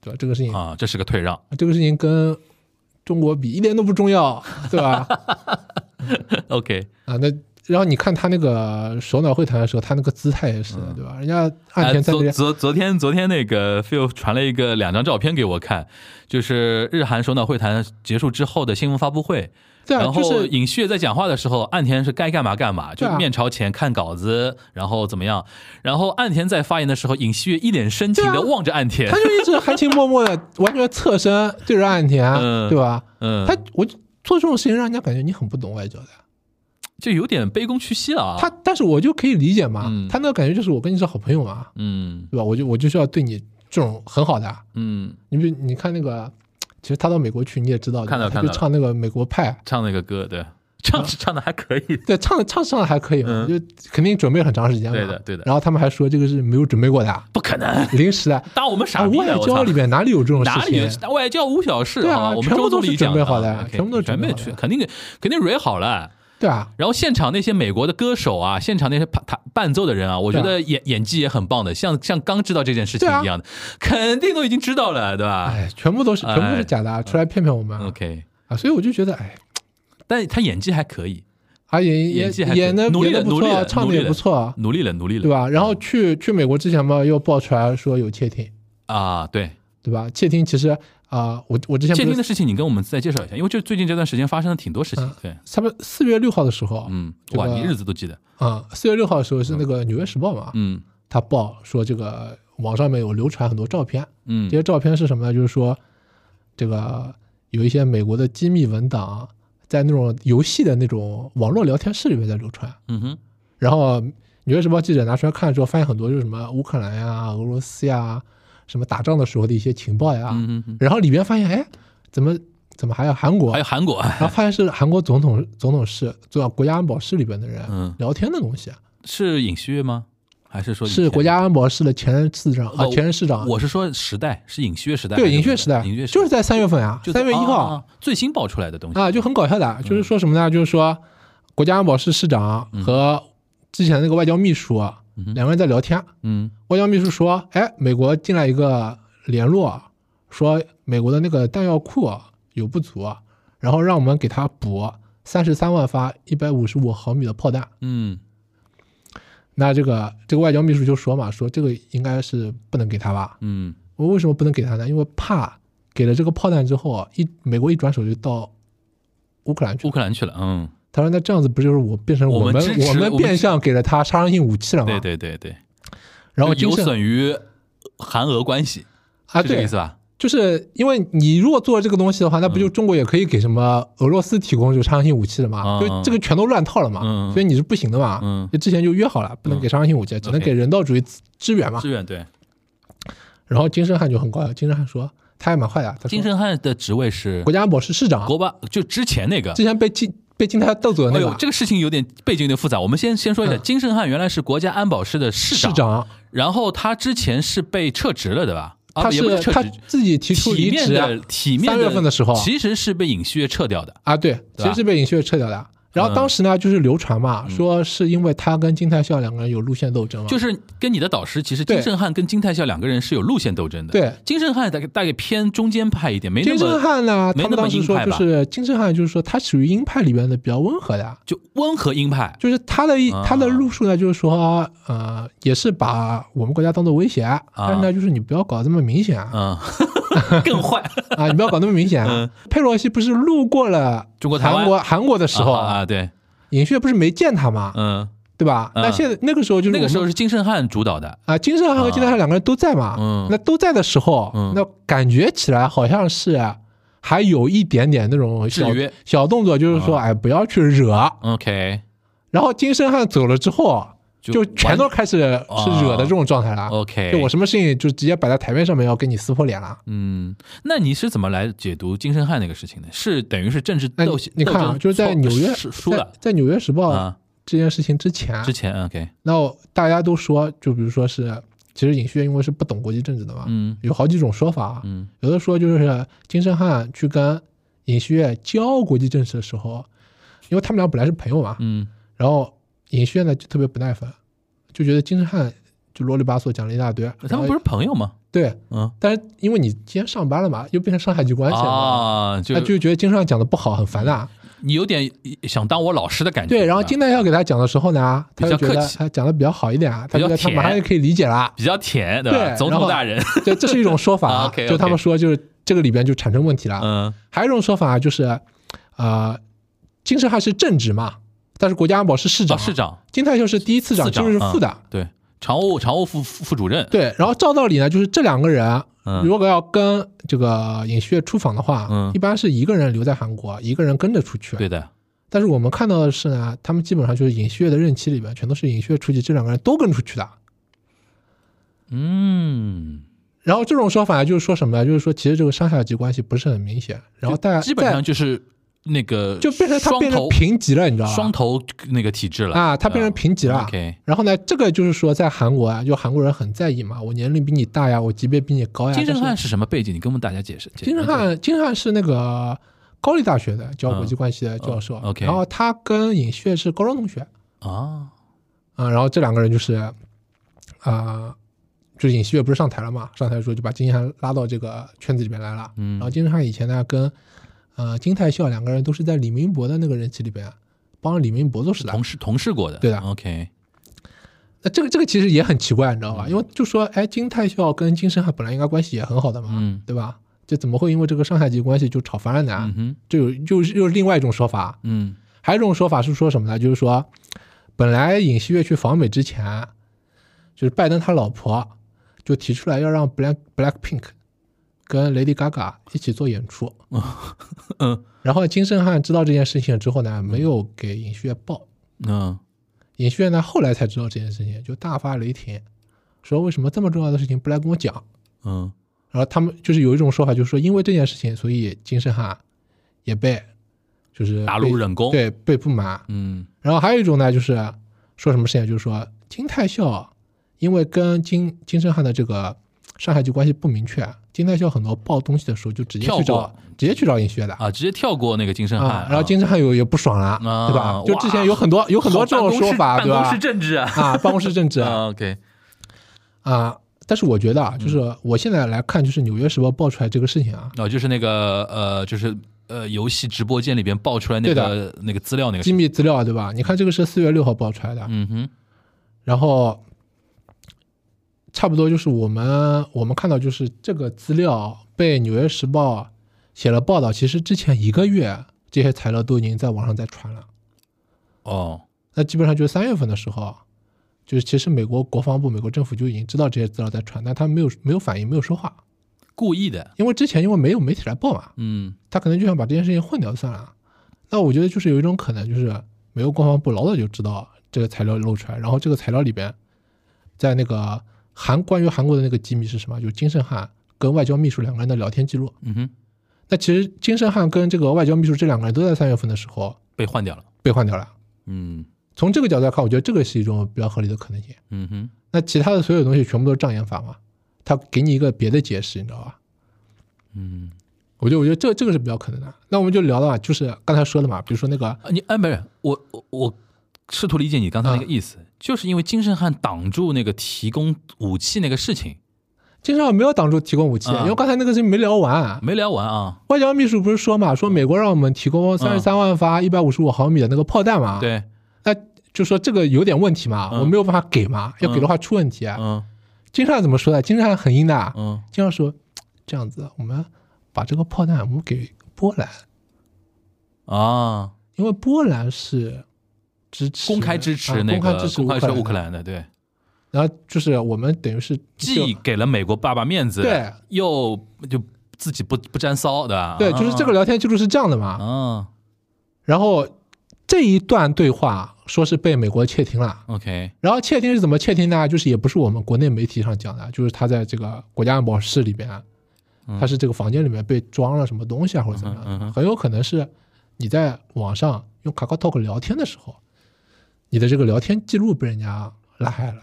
Speaker 5: 对吧？这个事情
Speaker 2: 啊，这是个退让。
Speaker 5: 这个事情跟中国比一点都不重要，
Speaker 2: *laughs*
Speaker 5: 对吧？ *laughs*
Speaker 2: OK，
Speaker 5: 啊，那然后你看他那个首脑会谈的时候，他那个姿态也是，对吧？人家
Speaker 2: 嗯
Speaker 5: 岸
Speaker 2: 哎，
Speaker 5: 田在那
Speaker 2: 昨
Speaker 5: 边，
Speaker 2: 昨昨天昨天那个 Phil 传了一个两张照片给我看，就是日韩首脑会谈结束之后的新闻发布会。
Speaker 5: 对啊，
Speaker 2: 然
Speaker 5: 就
Speaker 2: 后
Speaker 5: 是
Speaker 2: 尹旭月在讲话的时候，岸田是该干嘛干嘛，就
Speaker 5: 对啊
Speaker 2: 面朝前看稿子，然后怎么样？然后岸田在发言的时候，尹旭月一脸深情
Speaker 5: 对
Speaker 2: 的
Speaker 5: 啊
Speaker 2: 望着岸田
Speaker 5: 他，就一直含情脉脉的，完全侧身对着岸田，
Speaker 2: 嗯
Speaker 5: 对吧？
Speaker 2: 嗯，
Speaker 5: 他我就做这种事情，让人家感觉你很不懂外交的。
Speaker 2: 就有点卑躬屈膝了啊。
Speaker 5: 他，但是我就可以理解嘛，
Speaker 2: 嗯
Speaker 5: 他那个感觉就是我跟你是好朋友嘛，
Speaker 2: 嗯
Speaker 5: 对吧？我就我就是要对你这种很好的啊。
Speaker 2: 嗯，
Speaker 5: 你比你看那个，其实他到美国去，你也知道的，
Speaker 2: 看到
Speaker 5: 他
Speaker 2: 看
Speaker 5: 就
Speaker 2: 到
Speaker 5: 唱那个美国派，
Speaker 2: 唱那个歌，对，唱唱的还可以。
Speaker 5: 对，唱唱唱的还可以嘛，
Speaker 2: 嗯
Speaker 5: 就肯定准备了很长时间嘛。
Speaker 2: 对的对的
Speaker 5: 然后他们还说这个是没有准备过的啊，
Speaker 2: 不可能，
Speaker 5: 临时的。
Speaker 2: 当我们 *laughs*
Speaker 5: 啊
Speaker 2: 傻逼
Speaker 5: 外
Speaker 2: 的，我
Speaker 5: 交
Speaker 2: 操
Speaker 5: 里！面哪里有这种事
Speaker 2: 哪里
Speaker 5: 情？
Speaker 2: 有外交无小事？
Speaker 5: 对啊
Speaker 2: 好吧我们
Speaker 5: 全部
Speaker 2: 周总
Speaker 5: 都是
Speaker 2: 理讲
Speaker 5: 准备好的
Speaker 2: 啊，OK，
Speaker 5: 全部都是
Speaker 2: 全
Speaker 5: 准备
Speaker 2: 备
Speaker 5: 好的
Speaker 2: 去，肯定肯定蕊好了。
Speaker 5: 对啊，
Speaker 2: 然后现场那些美国的歌手啊，现场那些伴弹伴奏的人啊，我觉得演演技也很棒的，像像刚知道这件事情
Speaker 5: 对啊
Speaker 2: 一样的，肯定都已经知道了，对吧
Speaker 5: 哎，全部都是全部都
Speaker 2: 哎嗯
Speaker 5: 是假的啊，出来骗骗我们啊
Speaker 2: ？OK，
Speaker 5: 啊！所以我就觉得，哎，
Speaker 2: 但他演技还可以，
Speaker 5: 啊演
Speaker 2: 演技还可以
Speaker 5: 演的
Speaker 2: 努力
Speaker 5: 演的
Speaker 2: 了
Speaker 5: 不
Speaker 2: 努力
Speaker 5: 错，
Speaker 2: 了
Speaker 5: 唱
Speaker 2: 努
Speaker 5: 的
Speaker 2: 力
Speaker 5: 也不
Speaker 2: 了
Speaker 5: 错，啊
Speaker 2: 努力了，努力了，
Speaker 5: 对吧？然后去去美国之前嘛，又爆出来说有窃听，
Speaker 2: 啊，对，
Speaker 5: 对吧？窃听其实啊，我我之前
Speaker 2: 窃
Speaker 5: 不
Speaker 2: 听
Speaker 5: 是
Speaker 2: 的事情你跟我们再介绍一下，因为就最近这段时间发生了挺多事情
Speaker 5: 啊，
Speaker 2: 对，
Speaker 5: 他们四月六号的时候，
Speaker 2: 嗯，
Speaker 5: 这
Speaker 2: 哇，
Speaker 5: 个
Speaker 2: 你日子都记得，
Speaker 5: 啊，四月六号的时候是那个《纽约时报》嘛，
Speaker 2: 嗯
Speaker 5: 他报说这个网上面有流传很多照片，
Speaker 2: 嗯
Speaker 5: 这些照片是什么呢？就是说，这个有一些美国的机密文档在那种游戏的那种网络聊天室里面在流传，
Speaker 2: 嗯哼，
Speaker 5: 然后《纽约时报》记者拿出来看之后，发现很多就是什么乌克兰呀、俄罗斯呀、什么打仗的时候的一些情报呀，
Speaker 2: 嗯哼哼，
Speaker 5: 然后里边发现，哎，怎么怎么还有韩国
Speaker 2: 还有？韩国， *laughs*
Speaker 5: 然后发现是韩国总统总统室，做国家安保室里边的人
Speaker 2: 嗯
Speaker 5: 聊天的东西，啊
Speaker 2: 是尹旭月吗？还是说以
Speaker 5: 是
Speaker 2: 前
Speaker 5: 国？家安保室的前任市长啊，
Speaker 2: 哦
Speaker 5: 前任市长
Speaker 2: 我是说时代是尹旭月时代还是
Speaker 5: 对
Speaker 2: 什么，
Speaker 5: 尹月时代，
Speaker 2: 尹月
Speaker 5: 就是在三月份啊，
Speaker 2: 就哦嗯
Speaker 5: 三月一
Speaker 2: 啊
Speaker 5: 号
Speaker 2: 啊最新爆出来的东西
Speaker 5: 啊，就很搞笑的，就是说什么呢？就是说国家安保室市长
Speaker 2: 嗯
Speaker 5: 和之前那个外交秘书啊两个人在聊天，
Speaker 2: 嗯
Speaker 5: 外交秘书说：“哎，美国进来一个联络，说美国的那个弹药库有不足，然后让我们给他补三十三万发一百五十五毫米的炮弹。
Speaker 2: 嗯”
Speaker 5: 那这个这个外交秘书就说嘛，说这个应该是不能给他吧？
Speaker 2: 嗯
Speaker 5: 我为什么不能给他呢？因为怕给了这个炮弹之后，啊一美国一转手就到乌克兰去
Speaker 2: 乌
Speaker 5: 了。
Speaker 2: 克兰去了，嗯，
Speaker 5: 他说：“那这样子不就是我变成
Speaker 2: 我们
Speaker 5: 们
Speaker 2: 支持
Speaker 5: 我
Speaker 2: 我们
Speaker 5: 变相给了他杀伤性武器了吗？
Speaker 2: 对对对对，
Speaker 5: 啊然后
Speaker 2: 就
Speaker 5: 精
Speaker 2: 有
Speaker 5: 神
Speaker 2: 损于韩俄关系
Speaker 5: 啊，
Speaker 2: 是这个
Speaker 5: 对
Speaker 2: 意，思吧？
Speaker 5: 就是因为你如果做这个东西的话，那不
Speaker 2: 嗯
Speaker 5: 就中国也可以给什么俄罗斯提供这个杀伤性武器了嘛？
Speaker 2: 嗯
Speaker 5: 就这个全都乱套了嘛，
Speaker 2: 嗯
Speaker 5: 所以你是不行的嘛。
Speaker 2: 嗯
Speaker 5: 就之前就约好了，不能给杀伤性武器，只能
Speaker 2: OK
Speaker 5: 给人道主义支支援嘛。
Speaker 2: 志愿对，
Speaker 5: 然后金圣汉就很高兴，金圣汉说他还蛮坏的，他说
Speaker 2: 金圣汉的职位是
Speaker 5: 国家安保室市长，
Speaker 2: 国巴，就之前那个。
Speaker 5: 之前被金被金泰斗走的
Speaker 2: 哎
Speaker 5: 那
Speaker 2: 呦，
Speaker 5: 个
Speaker 2: 这个事情有点背景有点复杂。我们先先说一下，
Speaker 5: 嗯
Speaker 2: 金圣汉原来是国家安保室的市啊
Speaker 5: 市长，
Speaker 2: 然后他之前是被撤职了，对吧？啊
Speaker 5: 他
Speaker 2: 也不
Speaker 5: 是
Speaker 2: 撤
Speaker 5: 他
Speaker 2: 职，
Speaker 5: 自己提出
Speaker 2: 体
Speaker 5: 离
Speaker 2: 面
Speaker 5: 职啊
Speaker 2: 的体面
Speaker 5: 三月份的时候
Speaker 2: 其实是被尹旭月撤掉的。
Speaker 5: 啊，对，其
Speaker 2: 吧嗯
Speaker 5: 实是被尹旭月撤掉的。然后当时呢，就是流传嘛，说是因为他跟金泰孝两个人有路线斗争嘛，
Speaker 2: 就是跟你的导师，其实
Speaker 5: 嗯对
Speaker 2: 金圣汉跟金泰孝两个人是有路线斗争的。
Speaker 5: 对
Speaker 2: 金圣汉大概大概偏中间派一点，没那
Speaker 5: 金正
Speaker 2: 么
Speaker 5: 汉呢，
Speaker 2: 没
Speaker 5: 他
Speaker 2: 那么
Speaker 5: 们当时说
Speaker 2: 鹰派
Speaker 5: 就
Speaker 2: 吧
Speaker 5: 是金正汉，就是说他属于鹰派里边的比较温和的，
Speaker 2: 就温和鹰派。
Speaker 5: 就是他的一
Speaker 2: 啊
Speaker 5: 他的路数呢，就是说呃，也是把我们国家当做威胁，啊
Speaker 2: 啊
Speaker 5: 但是呢，就是你不要搞这么明显啊， *laughs*
Speaker 2: 嗯，更坏。
Speaker 5: 啊，你不要搞那么
Speaker 2: *laughs*
Speaker 5: 明显啊。佩洛西不是路过了
Speaker 2: 嗯中国台湾
Speaker 5: 韩国韩国的时候
Speaker 2: 啊，啊，对，
Speaker 5: 尹旭不是没见他嘛，
Speaker 2: 嗯，
Speaker 5: 对吧？
Speaker 2: 嗯
Speaker 5: 那现在那个时候就是
Speaker 2: 那个
Speaker 5: 我们
Speaker 2: 时候是金圣汉主导的，
Speaker 5: 啊，金正汉和金大汉两个人都在嘛，
Speaker 2: 嗯
Speaker 5: 那都在的时候，
Speaker 2: 嗯
Speaker 5: 那感觉起来好像是啊还有一点点那种小
Speaker 2: 制约啊
Speaker 5: 小动作，就是说，哎，不要去惹。
Speaker 2: OK，
Speaker 5: 然后金圣汉走了之后，就全都
Speaker 2: 完
Speaker 5: 开始是惹的这种状态了。
Speaker 2: 哦 OK。
Speaker 5: 啊就我什么事情就直接摆在台面上面要跟你撕破脸了。
Speaker 2: 嗯，那你是怎么来解读金圣汉那个事情呢？是等于是政治
Speaker 5: 那
Speaker 2: 斗争，
Speaker 5: 你看
Speaker 2: 斗
Speaker 5: 啊，
Speaker 2: 争
Speaker 5: 就是在
Speaker 2: 错
Speaker 5: 纽约
Speaker 2: 是输
Speaker 5: 在
Speaker 2: 了
Speaker 5: 在《哦纽约时报》
Speaker 2: 啊，
Speaker 5: 这件事情之前，
Speaker 2: 之前 OK，
Speaker 5: 那我大家都说，就比如说是，其实尹旭因为是不懂国际政治的嘛，
Speaker 2: 嗯
Speaker 5: 有好几种说法啊。
Speaker 2: 嗯
Speaker 5: 有的说就是金圣汉去跟尹锡悦教国际政治的时候，因为他们俩本来是朋友嘛，
Speaker 2: 嗯
Speaker 5: 然后尹锡悦呢就特别不耐烦，就觉得金圣汉就啰里吧嗦讲了一大堆，
Speaker 2: 呃他们不
Speaker 5: 是
Speaker 2: 是朋友吗？
Speaker 5: 对，
Speaker 2: 嗯
Speaker 5: 但是因为你今天上班了嘛，又变成上海籍关系了嘛，
Speaker 2: 啊，就嗯
Speaker 5: 他哎就觉得金圣汉讲的不好，很烦呐。
Speaker 2: 你有点想当我老师的感觉。
Speaker 5: 对，然后
Speaker 2: 吧
Speaker 5: 金大校给他讲的时候呢，他就
Speaker 2: 比
Speaker 5: 觉
Speaker 2: 较客
Speaker 5: 得
Speaker 2: 气
Speaker 5: 他讲的比较好一点啊，他
Speaker 2: 比较
Speaker 5: 觉得他马上
Speaker 2: 甜
Speaker 5: 就可以理解了。
Speaker 2: 比较甜，对吧？
Speaker 5: 对
Speaker 2: 总
Speaker 5: 然
Speaker 2: 统
Speaker 5: 后
Speaker 2: 大
Speaker 5: *laughs*
Speaker 2: 人，
Speaker 5: 这这是一种说
Speaker 2: *laughs*
Speaker 5: 法
Speaker 2: 啊
Speaker 5: 啊，
Speaker 2: ，OK，OK
Speaker 5: 就他们说就是这个里边就产生问题了。
Speaker 2: 嗯
Speaker 5: 还有一种说法就是，呃，金圣汉是正职嘛，但是国家安保是市长，
Speaker 2: 啊，市长
Speaker 5: 金泰秀是第一次长，
Speaker 2: 次
Speaker 5: 金
Speaker 2: 长嗯
Speaker 5: 日是副的。
Speaker 2: 对，常务常务副副副主任，
Speaker 5: 对，然后照道理呢，就是这两个人
Speaker 2: 嗯
Speaker 5: 如果要跟这个尹锡悦出访的话，
Speaker 2: 嗯
Speaker 5: 一般是一个人留在韩国，一个人跟着出去。
Speaker 2: 对的，
Speaker 5: 但是我们看到的是呢，他们基本上就是尹锡悦的任期里边，全都是尹锡悦出去，这两个人都跟出去的。
Speaker 2: 嗯，
Speaker 5: 然后这种说法就是说什么呢？就是说其实这个上下级关系不是很明显，然后大家
Speaker 2: 基本
Speaker 5: 在
Speaker 2: 上就是那个
Speaker 5: 就变成他
Speaker 2: 双
Speaker 5: 变成
Speaker 2: 头
Speaker 5: 平级了，你知道吧？
Speaker 2: 双头那个体制了嗯
Speaker 5: 啊，他变成平级了。
Speaker 2: OK，
Speaker 5: 然后呢，这个就是说在韩国啊，就韩国人很在意嘛，我年龄比你大呀，我级别比你高呀。
Speaker 2: 金正
Speaker 5: 啊但
Speaker 2: 汉
Speaker 5: 是，
Speaker 2: 是什么背景？你跟我们大家解释。解释
Speaker 5: 金正汉，金正汉是那个高丽大学的教国际关系的教授。啊
Speaker 2: 嗯，OK
Speaker 5: 然后他跟尹锡悦是高中同学
Speaker 2: 啊，
Speaker 5: 啊，然后这两个人就是啊、就是尹锡悦不是上台了嘛，上台之后就把金正汉拉到这个圈子里面来了。
Speaker 2: 嗯
Speaker 5: 然后金正汉以前呢跟呃金泰孝两个人都是在李明博的那个人气里边帮李明博做事的
Speaker 2: 同，事同事过的，
Speaker 5: 对的
Speaker 2: OK，
Speaker 5: 那这个这个其实也很奇怪，你知道
Speaker 2: 嗯
Speaker 5: 吧？因为就说，哎，金泰孝跟金圣汉本来应该关系也很好的嘛，
Speaker 2: 嗯
Speaker 5: 对吧？就怎么会因为这个上下级关系就吵翻了呢？
Speaker 2: 嗯哼，
Speaker 5: 就有又是又是另外一种说法，
Speaker 2: 嗯
Speaker 5: 还有一种说法是说什么呢？就是说，本来尹锡悦去访美之前，就是拜登他老婆就提出来要让 Black Black Pink 跟 Lady Gaga 一起做演出，
Speaker 2: 嗯
Speaker 5: 然后金圣汉知道这件事情之后呢，没有给尹锡悦报，
Speaker 2: 嗯
Speaker 5: 尹旭呢后来才知道这件事情，就大发雷霆，说为什么这么重要的事情不来跟我讲？
Speaker 2: 嗯
Speaker 5: 然后他们就是有一种说法，就是说因为这件事情，所以金圣汉也被就是
Speaker 2: 打入
Speaker 5: 被
Speaker 2: 冷宫
Speaker 5: 对，被不满。
Speaker 2: 嗯
Speaker 5: 然后还有一种呢，就是说什么事情，就是说金泰孝因为跟金金圣汉的这个上海籍关系不明确，金泰孝很多报东西的时候就直接
Speaker 2: 跳
Speaker 5: 去找
Speaker 2: 过
Speaker 5: 直接去找尹旭的
Speaker 2: 啊，直接跳过那个金正汉
Speaker 5: 啊，，然后金圣汉有也不爽了，
Speaker 2: 啊
Speaker 5: 对吧？就
Speaker 2: 哇
Speaker 5: 之前有很多有很多这种说法，对吧？
Speaker 2: 政治啊
Speaker 5: 啊，办公
Speaker 2: *laughs*
Speaker 5: 室政治啊，
Speaker 2: 啊，OK，
Speaker 5: 啊，但是我觉得啊，就是我现在来看，就是《纽约时报》爆出来这个事情啊，
Speaker 2: 哦，就是那个呃，就是呃，游戏直播间里边爆出来那个那个资料那个
Speaker 5: 机，密资料对吧？你看这个是四月六号爆出来的，
Speaker 2: 嗯哼，
Speaker 5: 然后差不多就是我们我们看到就是这个资料被《纽约时报》写了报道，其实之前一个月这些材料都已经在网上在传了，
Speaker 2: 哦，
Speaker 5: 那基本上就是三月份的时候。就是其实美国国防部、美国政府就已经知道这些资料在传，但他们没有没有反应，没有说话，
Speaker 2: 故意的，
Speaker 5: 因为之前因为没有媒体来报嘛，
Speaker 2: 嗯
Speaker 5: 他可能就想把这件事情混掉算了。那我觉得就是有一种可能，就是美国国防部老早就知道这个材料露出来，然后这个材料里边，在那个韩关于韩国的那个机密是什么？就是金圣汉跟外交秘书两个人的聊天记录。
Speaker 2: 嗯哼，
Speaker 5: 那其实金圣汉跟这个外交秘书这两个人都在三月份的时候
Speaker 2: 被换掉了，
Speaker 5: 被换掉了。
Speaker 2: 嗯
Speaker 5: 从这个角度来看，我觉得这个是一种比较合理的可能性。
Speaker 2: 嗯哼，
Speaker 5: 那其他的所有东西全部都是障眼法嘛？他给你一个别的解释，你知道吧？
Speaker 2: 嗯，
Speaker 5: 我觉得，我觉得这这个是比较可能的。那我们就聊到啊，就是刚才说的嘛，比如说那个
Speaker 2: 啊你哎，不是，我我我试图理解你刚才
Speaker 5: 嗯
Speaker 2: 那个意思，就是因为金正汉挡住那个提供武器那个事情
Speaker 5: 金正恩没有挡住提供武器，
Speaker 2: 嗯
Speaker 5: 因为刚才那个事情没聊完啊。
Speaker 2: 没聊完啊，
Speaker 5: 外交秘书不是说嘛，说美国让我们提供三十三万发一百五十五毫米的那个炮弹嘛？，
Speaker 2: 对，
Speaker 5: 那就说这个有点问题嘛，
Speaker 2: 嗯
Speaker 5: 我没有办法给嘛，要给的话出问题。啊
Speaker 2: 嗯
Speaker 5: 金正恩怎么说的？金正恩很阴的，
Speaker 2: 嗯，
Speaker 5: 金正恩说这样子，我们把这个炮弹我们给波兰，
Speaker 2: 啊，
Speaker 5: 因为波兰是支持
Speaker 2: 公开支持
Speaker 5: 啊
Speaker 2: 那
Speaker 5: 公开
Speaker 2: 个
Speaker 5: 支持
Speaker 2: 公开支持乌克
Speaker 5: 兰的。
Speaker 2: 兰的，对，
Speaker 5: 然后就是我们等于是
Speaker 2: 既给了美国爸爸面子，
Speaker 5: 对，
Speaker 2: 又就自己不不沾骚的，哦
Speaker 5: 对，就是这个聊天记录是这样的嘛。
Speaker 2: 啊，
Speaker 5: 然后这一段对话说是被美国窃听了。
Speaker 2: OK，
Speaker 5: 然后窃听是怎么窃听呢？就是也不是我们国内媒体上讲的，啊就是他在这个国家安保室里边，啊他是这个房间里面被装了什么东西啊，或者怎么
Speaker 2: 嗯嗯哼嗯哼
Speaker 5: 样，很有可能是你在网上用 KakaoTalk 聊天的时候，你的这个聊天记录被人家拉黑了，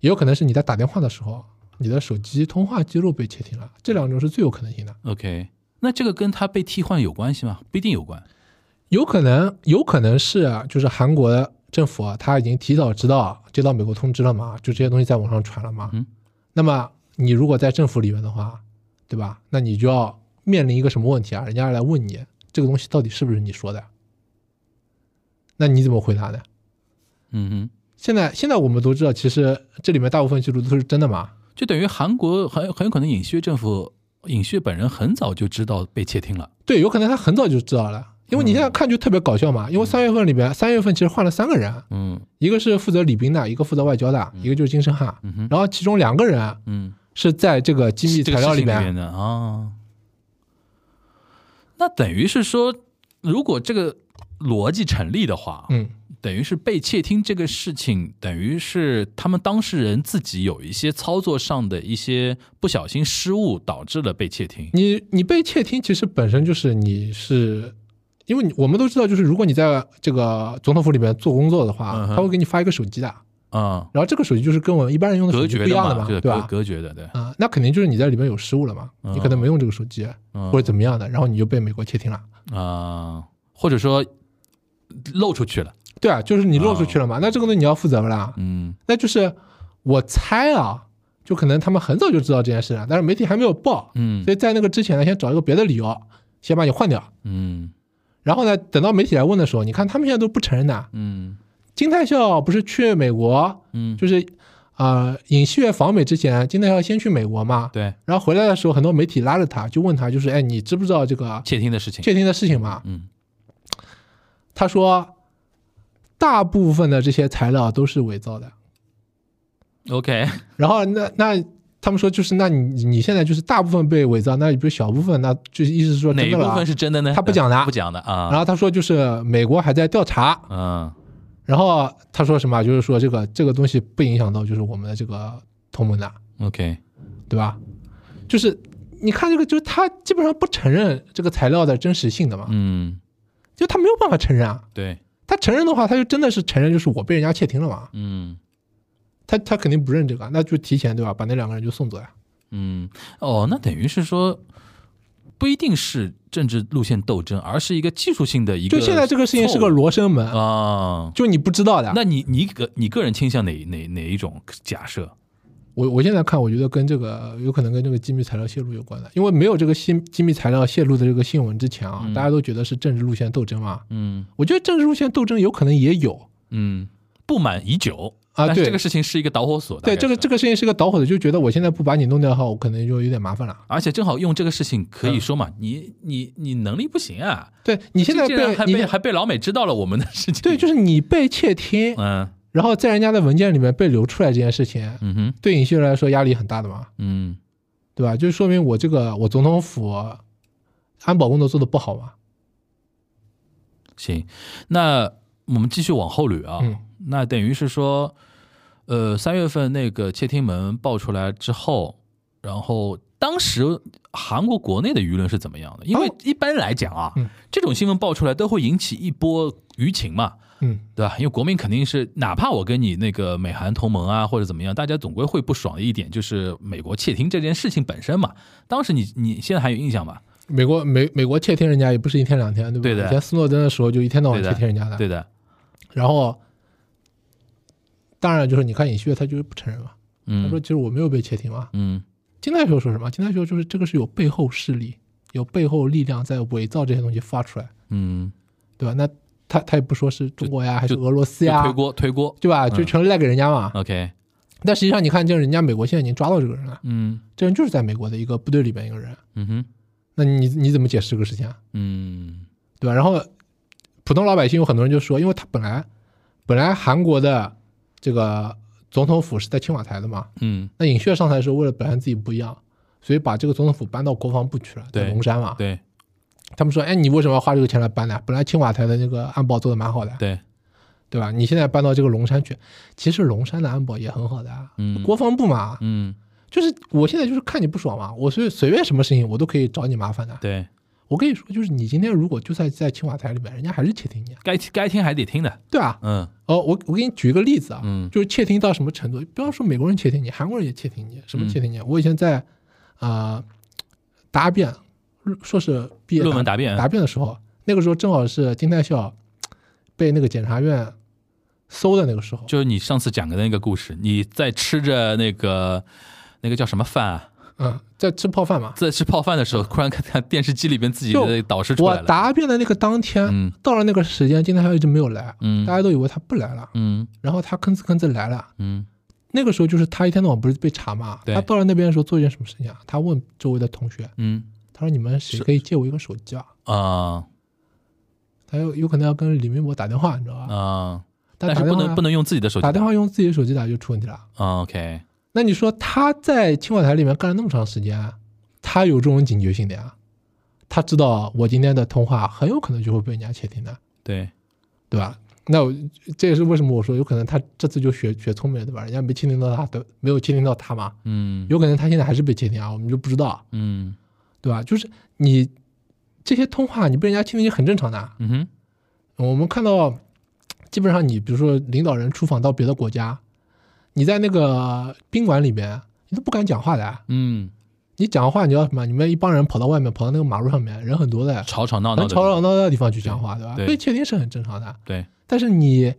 Speaker 5: 也有可能是你在打电话的时候，你的手机通话记录被窃听了，这两种是最有可能性的。
Speaker 2: OK，那这个跟他被替换有关系吗？不一定有关。
Speaker 5: 有可能，有可能是啊就是韩国政府啊他已经提早知道接到美国通知了嘛，就这些东西在网上传了嘛。
Speaker 2: 嗯。
Speaker 5: 那么你如果在政府里面的话，对吧？那你就要面临一个什么问题啊？人家来问你这个东西到底是不是你说的？那你怎么回答呢？
Speaker 2: 嗯
Speaker 5: 现在现在我们都知道，其实这里面大部分记录都是真的嘛。
Speaker 2: 哼，就等于韩国很很有可能尹锡悦政府，尹锡悦本人很早就知道被窃听了。
Speaker 5: 对，有可能他很早就知道了，因为你现在看就特别搞笑嘛。因为三月份里边，三月份其实换了三个人，
Speaker 2: 嗯
Speaker 5: 一个是负责礼宾的，一个负责外交的，一个就是金圣汉。
Speaker 2: 嗯哼
Speaker 5: 然后其中两个人啊
Speaker 2: 嗯，
Speaker 5: 是在这个机密
Speaker 2: 这个
Speaker 5: 材
Speaker 2: 事
Speaker 5: 料
Speaker 2: 情里
Speaker 5: 里面，
Speaker 2: 面的啊、那等于是说，如果这个逻辑成立的话，
Speaker 5: 嗯，
Speaker 2: 等于是被窃听这个事情，等于是他们当事人自己有一些操作上的一些不小心失误，导致了被窃听。
Speaker 5: 你你被窃听，其实本身就是你是，因为你我们都知道，就是如果你在这个总统府里面做工作的话，
Speaker 2: 嗯哼
Speaker 5: 他会给你发一个手机的，
Speaker 2: 啊、
Speaker 5: 然后这个手机就是跟我们一般人用的手
Speaker 2: 隔
Speaker 5: 机
Speaker 2: 绝
Speaker 5: 不一样的
Speaker 2: 嘛，
Speaker 5: 对
Speaker 2: 对
Speaker 5: 吧
Speaker 2: 隔？隔绝的，对，
Speaker 5: 啊、那肯定就是你在里面有失误了嘛，
Speaker 2: 嗯
Speaker 5: 你可能没用这个手机、
Speaker 2: 嗯
Speaker 5: 或者怎么样的，然后你就被美国窃听了。
Speaker 2: 啊、或者说漏出去了，
Speaker 5: 对啊，就是你漏出去了嘛，那这个东西你要负责不啦？
Speaker 2: 嗯
Speaker 5: 那就是我猜啊，就可能他们很早就知道这件事了，但是媒体还没有报，
Speaker 2: 嗯
Speaker 5: 所以在那个之前呢，先找一个别的理由，先把你换掉。
Speaker 2: 嗯
Speaker 5: 然后呢，等到媒体来问的时候，你看他们现在都不承认的。
Speaker 2: 嗯
Speaker 5: 金泰孝不是去美国，
Speaker 2: 嗯，
Speaker 5: 就是啊，呃尹锡悦访美之前，金泰孝先去美国嘛，
Speaker 2: 对
Speaker 5: 然后回来的时候，很多媒体拉着他，就问他，就是哎，你知不知道这个
Speaker 2: 窃听的事情，
Speaker 5: 窃听的事情嘛？
Speaker 2: 嗯
Speaker 5: 他说，大部分的这些材料都是伪造的。
Speaker 2: ，OK，
Speaker 5: 然后那那他们说就是，那你你现在就是大部分被伪造，那比如小部分，那就是意思是说
Speaker 2: 哪
Speaker 5: 真
Speaker 2: 一
Speaker 5: 的了
Speaker 2: 部
Speaker 5: 啊。
Speaker 2: 分是真的呢？
Speaker 5: 他不讲的
Speaker 2: 嗯不讲的啊，
Speaker 5: 然后他说就是美国还在调查，
Speaker 2: 嗯
Speaker 5: 然后他说什么啊？就是说这个这个东西不影响到就是我们的这个同盟的，
Speaker 2: ，OK，
Speaker 5: 对吧？就是你看这个，就是他基本上不承认这个材料的真实性的嘛，
Speaker 2: 嗯，
Speaker 5: 就他没有办法承认啊。
Speaker 2: 对，
Speaker 5: 他承认的话，他就真的是承认就是我被人家窃听了嘛，
Speaker 2: 嗯。
Speaker 5: 他他肯定不认这个，那就提前对吧？把那两个人就送走呀。
Speaker 2: 嗯，哦，那等于是说，不一定是政治路线斗争，而是一个技术性的一个
Speaker 5: 就
Speaker 2: 错误。
Speaker 5: 现在这个事情是个罗生门，
Speaker 2: 啊。
Speaker 5: 就你不知道的。
Speaker 2: 那你你个你个人倾向哪哪哪一种假设？
Speaker 5: 我我现在看，我觉得跟这个有可能跟这个机密材料泄露有关的，因为没有这个新机密材料泄露的这个新闻之前啊，大家都觉得是政治路线斗争嘛。
Speaker 2: 嗯
Speaker 5: 我觉得政治路线斗争有可能也有，
Speaker 2: 嗯，不满已久
Speaker 5: 啊
Speaker 2: 但是
Speaker 5: 对
Speaker 2: 这个事情是一个导火索。大
Speaker 5: 对
Speaker 2: 概
Speaker 5: 这个
Speaker 2: 是
Speaker 5: 这，个事情是个导火的，就觉得我现在不把你弄掉的话，我可能就有点麻烦了。
Speaker 2: 而且正好用这个事情可以说嘛，你你你能力不行啊！
Speaker 5: 对嗯你现在
Speaker 2: 这竟然
Speaker 5: 被
Speaker 2: 还
Speaker 5: 你
Speaker 2: 被还被老美知道了我们的事情。
Speaker 5: 对，就是你被窃听，
Speaker 2: 嗯
Speaker 5: 然后在人家的文件里面被流出来这件事情，
Speaker 2: 嗯哼
Speaker 5: 对尹锡悦来说压力很大的嘛，
Speaker 2: 嗯
Speaker 5: 对吧？就说明我这个我总统府安保工作做的不好嘛。
Speaker 2: 行，那我们继续往后捋啊。
Speaker 5: 嗯
Speaker 2: 那等于是说，呃，三月份那个窃听门爆出来之后，然后当时韩国国内的舆论是怎么样的？因为
Speaker 5: 哦
Speaker 2: 一般来讲啊，
Speaker 5: 嗯
Speaker 2: 这种新闻爆出来都会引起一波舆情嘛。
Speaker 5: 嗯，
Speaker 2: 对吧？因为国民肯定是，哪怕我跟你那个美韩同盟啊，或者怎么样，大家总归会不爽的一点就是美国窃听这件事情本身嘛。当时你你现在还有印象吧？
Speaker 5: 美国美美国窃听人家也不是一天两天，对吧？
Speaker 2: 对的
Speaker 5: 以前斯诺登的时候就一天到晚
Speaker 2: 对的
Speaker 5: 窃听人家的。
Speaker 2: 对的，
Speaker 5: 然后，当然就是你看尹锡悦，他就是不承认嘛，他说
Speaker 2: 嗯
Speaker 5: 其实我没有被窃听嘛。
Speaker 2: 嗯
Speaker 5: 金泰秀说什么？金泰秀就是这个是有背后势力、有背后力量在伪造这些东西发出来，
Speaker 2: 嗯，
Speaker 5: 对吧？那他他也不说是中国呀，还是俄罗斯
Speaker 2: 就
Speaker 5: 呀，
Speaker 2: 推锅嗯推锅。
Speaker 5: 对吧？就全赖给人家嘛。
Speaker 2: OK，
Speaker 5: 但实际上你看，就是人家美国现在已经抓到这个人了，
Speaker 2: 嗯
Speaker 5: 这人就是在美国的一个部队里边一个人，
Speaker 2: 嗯哼
Speaker 5: 那你你怎么解释这个事情啊？
Speaker 2: 嗯
Speaker 5: 对吧？然后普通老百姓有很多人就说，因为他本来本来韩国的这个总统府是在青瓦台的嘛，
Speaker 2: 嗯，
Speaker 5: 那尹锡悦上台的时候为了表现自己不一样，所以把这个总统府搬到国防部去了，在
Speaker 2: 对
Speaker 5: 龙山嘛。
Speaker 2: 对，
Speaker 5: 他们说，哎，你为什么要花这个钱来搬呢？本来青瓦台的那个安保做的蛮好的，
Speaker 2: 对，
Speaker 5: 对吧？你现在搬到这个龙山去，其实龙山的安保也很好的啊，
Speaker 2: 嗯
Speaker 5: 国防部嘛，
Speaker 2: 嗯，
Speaker 5: 就是我现在就是看你不爽嘛，我随随便什么事情我都可以找你麻烦的。
Speaker 2: 对，
Speaker 5: 我跟你说，就是你今天如果就在在青瓦台里面，人家还是窃听你，啊，
Speaker 2: 该该听还得听的，
Speaker 5: 对啊。
Speaker 2: 嗯
Speaker 5: 哦，我我给你举一个例子啊，
Speaker 2: 嗯
Speaker 5: 就是窃听到什么程度？不要说美国人窃听你，韩国人也窃听你，什
Speaker 2: 嗯
Speaker 5: 么窃听你？我以前在啊、呃答辩硕士毕业
Speaker 2: 论文答辩
Speaker 5: 答辩的时候，那个时候正好是金泰校被那个检察院搜的那个时候，
Speaker 2: 就是你上次讲的那个故事，你在吃着那个那个叫什么饭啊？
Speaker 5: 嗯，在吃泡饭嘛。
Speaker 2: 在吃泡饭的时候，忽然看看电视机里边自己的
Speaker 5: 就
Speaker 2: 导师出
Speaker 5: 我
Speaker 2: 来了，
Speaker 5: 答辩的那个当天，
Speaker 2: 嗯
Speaker 5: 到了那个时间，金泰校一直没有来，
Speaker 2: 嗯
Speaker 5: 大家都以为他不来了，
Speaker 2: 嗯
Speaker 5: 然后他吭哧吭哧来了。
Speaker 2: 嗯
Speaker 5: 那个时候就是他一天到晚不是被查嘛，
Speaker 2: 对
Speaker 5: 他到了那边的时候做一件什么事情啊？他问周围的同学，
Speaker 2: 嗯
Speaker 5: 他说：“你们谁可以借我一个手机啊
Speaker 2: 啊
Speaker 5: 他有有可能要跟李明博打电话，你知道吧？
Speaker 2: 啊，
Speaker 5: 但
Speaker 2: 但是不
Speaker 5: 打电
Speaker 2: 能
Speaker 5: 话
Speaker 2: 不能用自己的手机
Speaker 5: 打电话用自己的手机打就出问题了。
Speaker 2: 啊，OK，
Speaker 5: 那你说他在青瓦台里面干了那么长时间，啊他有这种警觉性的呀？他知道我今天的通话很有可能就会被人家窃听的，
Speaker 2: 对，
Speaker 5: 对吧？那我这也是为什么我说有可能他这次就学学聪明了，对吧？人家没窃听到他的，没有窃听到他嘛，
Speaker 2: 嗯
Speaker 5: 有可能他现在还是被窃听啊，我们就不知道，
Speaker 2: 嗯
Speaker 5: 对吧？就是你这些通话你被人家窃听也很正常的啊，
Speaker 2: 嗯哼，
Speaker 5: 我们看到，基本上你比如说领导人出访到别的国家，你在那个宾馆里面，你都不敢讲话的啊。
Speaker 2: 嗯，
Speaker 5: 你讲话你要什么？你们一帮人跑到外面，跑到那个马路上面，人很多的，
Speaker 2: 吵吵闹闹
Speaker 5: 很
Speaker 2: 的，
Speaker 5: 吵吵闹闹的地方去讲话，对吧？
Speaker 2: 对
Speaker 5: 所以窃听是很正常的。
Speaker 2: 对，嗯
Speaker 5: 但是你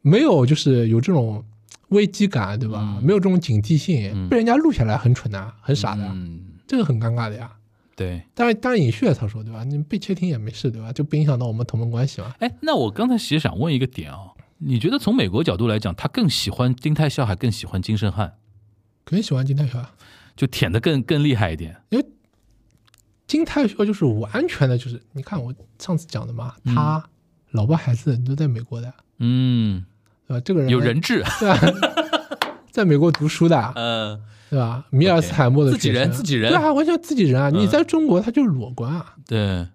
Speaker 5: 没有就是有这种危机感，对吧？
Speaker 2: 嗯
Speaker 5: 没有这种警惕性，
Speaker 2: 嗯
Speaker 5: 被人家录下来很蠢的、很傻的，啊
Speaker 2: 嗯，
Speaker 5: 这个很尴尬的呀。
Speaker 2: 对。
Speaker 5: 当然，当然，尹旭他说，对吧？你被窃听也没事，对吧？就不影响到我们同盟关系嘛。
Speaker 2: 哎，那我刚才其实想问一个点哦，你觉得从美国角度来讲，他更喜欢丁泰孝，还更喜欢金圣汉，
Speaker 5: 肯定喜欢金泰啊。
Speaker 2: 就舔的更更厉害一点？
Speaker 5: 因为金泰秀就是完全的，就是你看我上次讲的嘛，他老婆孩子都在美国的，
Speaker 2: 嗯，
Speaker 5: 对吧？这个人
Speaker 2: 有人质，
Speaker 5: *laughs* 对吧？在美国读书的，
Speaker 2: 呃，
Speaker 5: 对吧？米尔斯海默的
Speaker 2: 自己
Speaker 5: 学生
Speaker 2: 人自己人嗯
Speaker 5: 对啊，完全自己人啊！你在中国他就是裸官啊，
Speaker 2: *laughs* 对，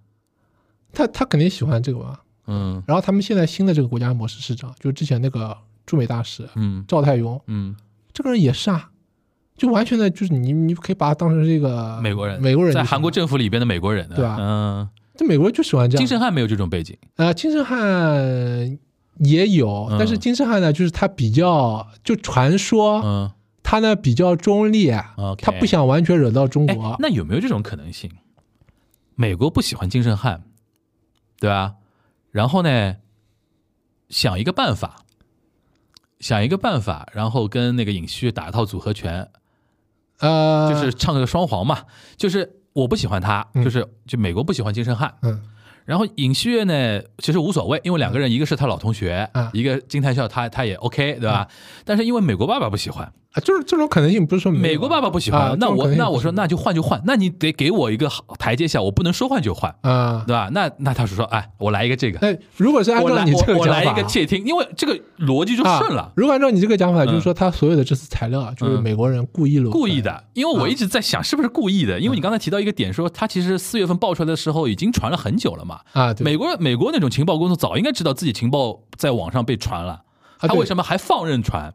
Speaker 5: 他他肯定喜欢这个嘛。
Speaker 2: 嗯
Speaker 5: 然后他们现在新的这个国家模式市长，就是之前那个驻美大使
Speaker 2: 嗯
Speaker 5: 赵泰庸，
Speaker 2: 嗯，
Speaker 5: 这个人也是啊，就完全的就是你你可以把他当成这个
Speaker 2: 美国人，
Speaker 5: 啊美国人就
Speaker 2: 在
Speaker 5: 行
Speaker 2: 韩国
Speaker 5: 了，
Speaker 2: 政府里边的美国人的，
Speaker 5: 对吧
Speaker 2: 嗯，
Speaker 5: 这美国人就喜欢这样
Speaker 2: 金。圣汉没有这种背景，
Speaker 5: 呃，金圣汉也有，但是
Speaker 2: 嗯
Speaker 5: 金圣汉呢，就是他比较就传说、
Speaker 2: 嗯，
Speaker 5: 他呢比较中立，啊
Speaker 2: OK
Speaker 5: 他不想完全惹到中
Speaker 2: 哎
Speaker 5: 国，。
Speaker 2: 那有没有这种可能性？美国不喜欢金圣汉，对吧？然后呢，想一个办法，想一个办法，然后跟那个尹旭打一套组合拳，
Speaker 5: 呃，
Speaker 2: 就是唱个双簧嘛，就是我不喜欢他，
Speaker 5: 嗯
Speaker 2: 就是就美国不喜欢金圣汉，
Speaker 5: 嗯
Speaker 2: 然后尹旭月呢，其实无所谓，因为两个人，一个是他老同学，
Speaker 5: 嗯
Speaker 2: 一个金泰孝他他也 OK，对吧？但是因为美国爸爸不喜欢，
Speaker 5: 啊，就是这种可能性不是说没有
Speaker 2: 美国爸爸不喜欢，
Speaker 5: 嗯啊
Speaker 2: 那
Speaker 5: 这种可
Speaker 2: 我
Speaker 5: 能性
Speaker 2: 那我
Speaker 5: 不是
Speaker 2: 说那就换就换，那你得给我一个好台阶下，我不能说换就换，
Speaker 5: 啊，
Speaker 2: 对吧？那那他说说，哎，我来一个这个，
Speaker 5: 那如果是按
Speaker 2: 我
Speaker 5: 照
Speaker 2: 来
Speaker 5: 你这
Speaker 2: 我
Speaker 5: 个
Speaker 2: 我来
Speaker 5: 讲
Speaker 2: 一
Speaker 5: 法
Speaker 2: 个。窃听，因为这个逻辑就
Speaker 5: 啊
Speaker 2: 顺了，。
Speaker 5: 如果按照你这个讲法，就是
Speaker 2: 嗯
Speaker 5: 说他所有的这次材料啊，就是
Speaker 2: 嗯
Speaker 5: 美国人故意漏出来，
Speaker 2: 故意的，因为我一直在想是不是故意
Speaker 5: 嗯
Speaker 2: 的，因为你刚才提到一个点，说他其实四月份爆出来的时候已经传了很久了嘛，
Speaker 5: 啊，对，
Speaker 2: 美国美国那种情报工作早应该知道自己情报在网上被传了，
Speaker 5: 啊
Speaker 2: 他
Speaker 5: 对
Speaker 2: 为什么还放任传？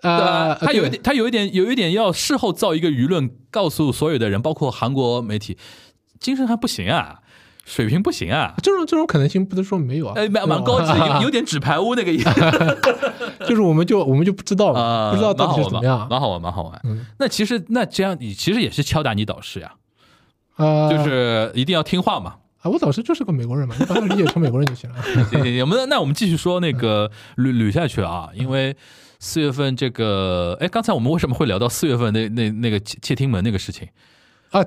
Speaker 2: 对
Speaker 5: 啊，
Speaker 2: 吧？他有一
Speaker 5: 对
Speaker 2: 点，他有一点，有一点要事后造一个舆论，告诉所有的人，包括韩国媒体，精神还不行啊，水平不行啊，
Speaker 5: 这种这种可能性不是说没有啊，
Speaker 2: 哎，蛮蛮高级的，
Speaker 5: 哦
Speaker 2: 有有点纸牌屋那个意思
Speaker 5: 就是我们就我们就不知道嘛，
Speaker 2: 啊，
Speaker 5: 哦 *laughs* 不知道到底
Speaker 2: 蛮好
Speaker 5: 是
Speaker 2: 玩
Speaker 5: 怎么样
Speaker 2: 蛮，蛮好玩，蛮好玩。
Speaker 5: 嗯
Speaker 2: 那其实那这样，你其实也是敲打你导师呀，
Speaker 5: 啊，
Speaker 2: 就是一定要听话嘛。
Speaker 5: 啊，我导师就是个美国人嘛，你把他理解成美国人就行了。 *laughs*
Speaker 2: 行行行，我们那我们继续说那个捋捋下去啊，因为四月份这个，哎，刚才我们为什么会聊到四月份那那那个窃窃听门那个事情？
Speaker 5: 啊，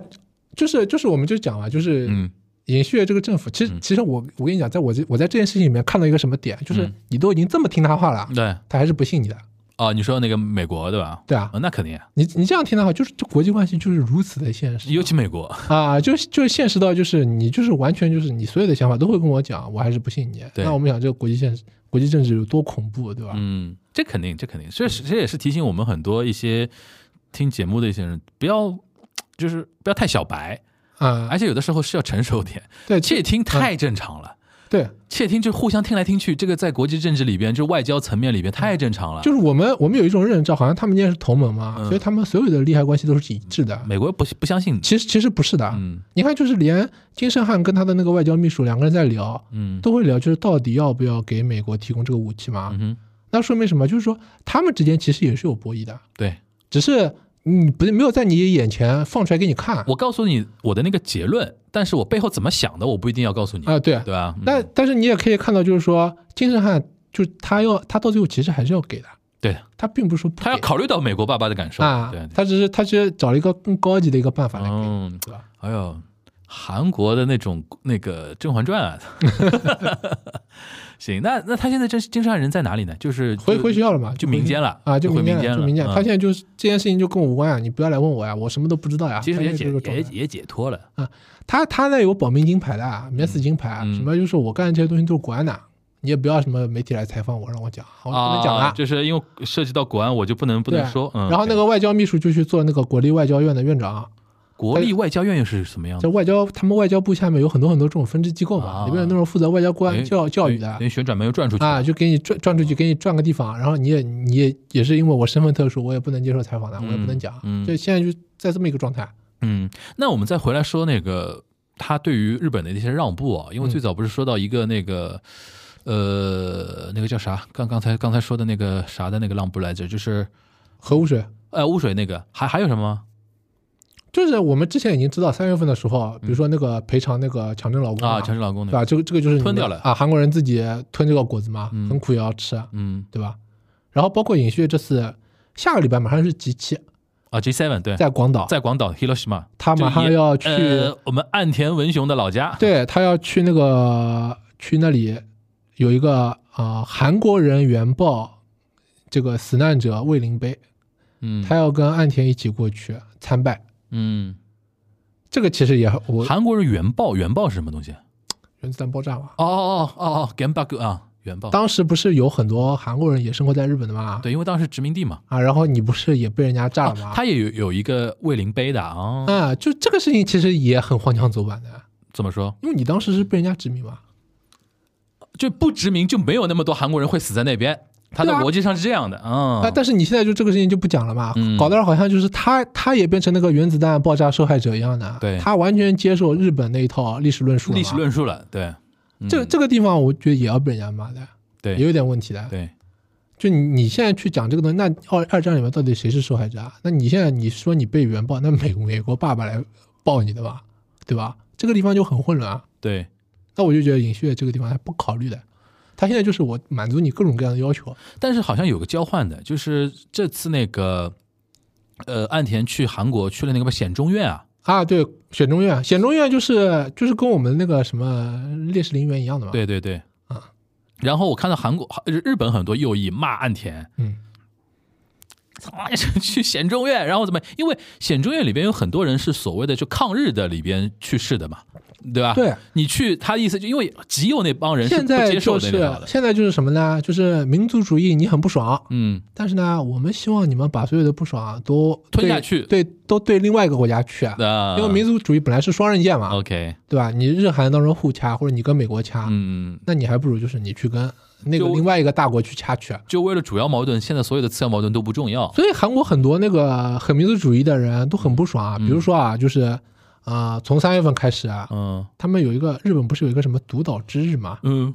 Speaker 5: 就是就是，我们就讲嘛，就是
Speaker 2: 嗯
Speaker 5: 尹旭月这个政府，其实其实我我跟你讲，在我这我在这件事情里面看到一个什么点，
Speaker 2: 嗯
Speaker 5: 就是你都已经这么听他话了，
Speaker 2: 对，
Speaker 5: 他还是不信你的，
Speaker 2: 哦，你说那个美国对吧？
Speaker 5: 对啊
Speaker 2: 啊，，那肯定啊，
Speaker 5: 你你这样听他话，就是这国际关系就是如此的现实
Speaker 2: 尤其美国，
Speaker 5: 啊，就是就是现实到就是你就是完全就是你所有的想法都会跟我讲，我还是不信你。
Speaker 2: 对
Speaker 5: 那我们想这个国际现实、国际政治有多恐怖，对吧？
Speaker 2: 嗯，这肯定，这肯定，这是这也是提醒我们很多一些听节目的一些人，不要就是不要太小白，
Speaker 5: 啊，
Speaker 2: 而且有的时候是要成熟点，
Speaker 5: 对，这
Speaker 2: 窃听太正常了。
Speaker 5: 对，
Speaker 2: 窃听就互相听来听去，这个在国际政治里边，就外交层面里边太正常了。
Speaker 5: 就是我们我们有一种认知，好像他们之间是同盟嘛，
Speaker 2: 嗯
Speaker 5: 所以他们所有的利害关系都是一致的。
Speaker 2: 美国不不相信的，
Speaker 5: 其实其实不是的，啊
Speaker 2: 嗯
Speaker 5: 你看，就是连金圣汉跟他的那个外交秘书两个人在聊，
Speaker 2: 嗯
Speaker 5: 都会聊，就是到底要不要给美国提供这个武器嘛？
Speaker 2: 嗯哼，
Speaker 5: 那说明什么？就是说他们之间其实也是有博弈的，啊
Speaker 2: 对
Speaker 5: 只是你不是没有在你眼前放出来给你看。
Speaker 2: 我告诉你我的那个结论，但是我背后怎么想的，我不一定要告诉你，
Speaker 5: 啊、对，
Speaker 2: 对吧？嗯
Speaker 5: 但但是你也可以看到，就是说金圣汉就是他要他到最后其实还是要给的，
Speaker 2: 对
Speaker 5: 他并不是说不
Speaker 2: 他要
Speaker 5: 给
Speaker 2: 考虑到美国爸爸的感受，
Speaker 5: 啊
Speaker 2: 对，，对
Speaker 5: 他只是他只是找了一个更高级的一个办法来给，
Speaker 2: 嗯，
Speaker 5: 对吧？
Speaker 2: 哎呦，韩国的那种那个《甄嬛传》啊， *laughs* 行，那那他现在这金山人在哪里呢？就是
Speaker 5: 回回学校了嘛，
Speaker 2: 就
Speaker 5: 回
Speaker 2: 民间了
Speaker 5: 啊，就
Speaker 2: 回
Speaker 5: 民
Speaker 2: 民
Speaker 5: 间
Speaker 2: 间
Speaker 5: 了，就
Speaker 2: 了
Speaker 5: 民间了。
Speaker 2: 嗯
Speaker 5: 他现在就是这件事情就跟我无关啊，你不要来问我呀，我什么都不知道呀。
Speaker 2: 其实也
Speaker 5: 他现在
Speaker 2: 解
Speaker 5: 这个状
Speaker 2: 也
Speaker 5: 态
Speaker 2: 也解脱了，
Speaker 5: 他他那有保命金牌的啊，免死金牌啊，
Speaker 2: 嗯
Speaker 5: 什么就是我干的这些东西都是国安的，你也不要什么媒体来采访我，让我讲，我不能讲
Speaker 2: 啊，
Speaker 5: 了。
Speaker 2: 就是因为涉及到国安，我就不能不
Speaker 5: 对啊
Speaker 2: 能说。嗯，
Speaker 5: 然后那个外交秘书就去做那个国立外交院的院长，
Speaker 2: 国立外交院又是什么样
Speaker 5: 在
Speaker 2: 的？
Speaker 5: 外交他们外交部下面有很多很多这种分支机构嘛，
Speaker 2: 啊
Speaker 5: 里面有那种负责外交官
Speaker 2: 哎
Speaker 5: 教教育
Speaker 2: 等
Speaker 5: 的
Speaker 2: 于旋转门又转出去
Speaker 5: 啊，
Speaker 2: 了。
Speaker 5: 就给你转转出去，给你转个地方，然后你也你也也是因为我身份特殊，我也不能接受采访的，我也不能讲，
Speaker 2: 嗯嗯
Speaker 5: 就现在就在这么一个状态。
Speaker 2: 嗯，那我们再回来说那个他对于日本的那些让步啊，
Speaker 5: 嗯
Speaker 2: 因为最早不是说到一个那个。呃，那个叫啥？刚刚才刚才说的那个啥的那个让步来着，就是
Speaker 5: 核污水
Speaker 2: 呃污水那个，还还有什么？
Speaker 5: 就是我们之前已经知道，三月份的时候，比如说那个赔偿那个强征劳
Speaker 2: 嗯
Speaker 5: 工嘛
Speaker 2: 啊，强制劳工
Speaker 5: 对
Speaker 2: 的，
Speaker 5: 吧？这个这个就是你们
Speaker 2: 吞掉了
Speaker 5: 啊，韩国人自己吞这个果子嘛，
Speaker 2: 嗯
Speaker 5: 很苦也要吃，
Speaker 2: 嗯
Speaker 5: 对吧？然后包括尹旭这次下个礼拜马上是 G 七，
Speaker 2: 啊，G seven 对，
Speaker 5: 在广岛，
Speaker 2: 在广岛 Hiroshima，
Speaker 5: 他马上要去，
Speaker 2: 呃我们岸田文雄的老家，
Speaker 5: 对他要去那个去那里有一个啊、呃韩国人原爆这个死难者慰灵碑，
Speaker 2: 嗯
Speaker 5: 他要跟岸田一起过去参拜。
Speaker 2: 嗯，
Speaker 5: 这个其实也我
Speaker 2: 韩国人原爆，原爆是什么东西？
Speaker 5: 原子弹爆炸嘛，
Speaker 2: 哦哦哦哦哦 g a m b a g 啊，原爆，
Speaker 5: 当时不是有很多韩国人也生活在日本的嘛？
Speaker 2: 对，因为当时殖民地嘛，
Speaker 5: 啊，然后你不是也被人家炸了吗？
Speaker 2: 啊他也有有一个慰灵碑的啊，
Speaker 5: 啊，就这个事情其实也很荒腔走板的，
Speaker 2: 怎么说？
Speaker 5: 因为你当时是被人家殖民嘛。
Speaker 2: 就不殖民就没有那么多韩国人会死在那边，他的
Speaker 5: 对啊
Speaker 2: 逻辑上是这样的，嗯
Speaker 5: 啊，，但是你现在就这个事情就不讲了嘛，
Speaker 2: 嗯
Speaker 5: 搞得好像就是他他也变成那个原子弹爆炸受害者一样的，
Speaker 2: 对
Speaker 5: 他完全接受日本那一套历史论述了嘛
Speaker 2: 历史论述了，对，嗯
Speaker 5: 这这个地方我觉得也要被人家骂的，也
Speaker 2: 对
Speaker 5: 有点问题的。
Speaker 2: 对，
Speaker 5: 就你你现在去讲这个东西，那二二战里面到底谁是受害者啊？那你现在你说你被原爆，那美美国爸爸来爆你的吧，对吧？这个地方就很混乱啊。
Speaker 2: 对，
Speaker 5: 那我就觉得尹旭月这个地方他不考虑的，他现在就是我满足你各种各样的要求，
Speaker 2: 但是好像有个交换的，就是这次那个，呃，岸田去韩国去了那个显忠院啊，
Speaker 5: 啊，对，选中院，选中院就是就是跟我们那个什么烈士陵园一样的嘛。，
Speaker 2: 对对对，
Speaker 5: 啊。
Speaker 2: 然后我看到韩国、日日本很多右翼骂岸田，
Speaker 5: 嗯，
Speaker 2: 去显忠院，然后怎么？因为显忠院里边有很多人是所谓的就抗日的里边去世的嘛，对吧？
Speaker 5: 对，
Speaker 2: 你去他的意思就因为极右那帮人是
Speaker 5: 现
Speaker 2: 不
Speaker 5: 在
Speaker 2: 接
Speaker 5: 就
Speaker 2: 受那
Speaker 5: 是
Speaker 2: 个的，
Speaker 5: 现在就是什么呢？就是民族主义你很不爽，
Speaker 2: 嗯，
Speaker 5: 但是呢，我们希望你们把所有的不爽都
Speaker 2: 吞
Speaker 5: 对
Speaker 2: 下去
Speaker 5: 对，都对另外一个国家去啊。
Speaker 2: 那
Speaker 5: 因为民族主义本来是双刃剑嘛，
Speaker 2: 呃 OK，
Speaker 5: 对吧？你日韩当中互掐，或者你跟美国掐，
Speaker 2: 哦嗯，
Speaker 5: 那你还不如就是你去跟那个
Speaker 2: 就
Speaker 5: 另外一个大国去掐去。啊
Speaker 2: 就为了主要矛盾，现在所有的次要矛盾都不重要，
Speaker 5: 所以韩国很多那个很民族主义的人都很不爽啊，比如说啊，就是啊、从三月份开始啊，
Speaker 2: 嗯
Speaker 5: 他们有一个日本不是有一个什么独岛之日嘛，
Speaker 2: 嗯，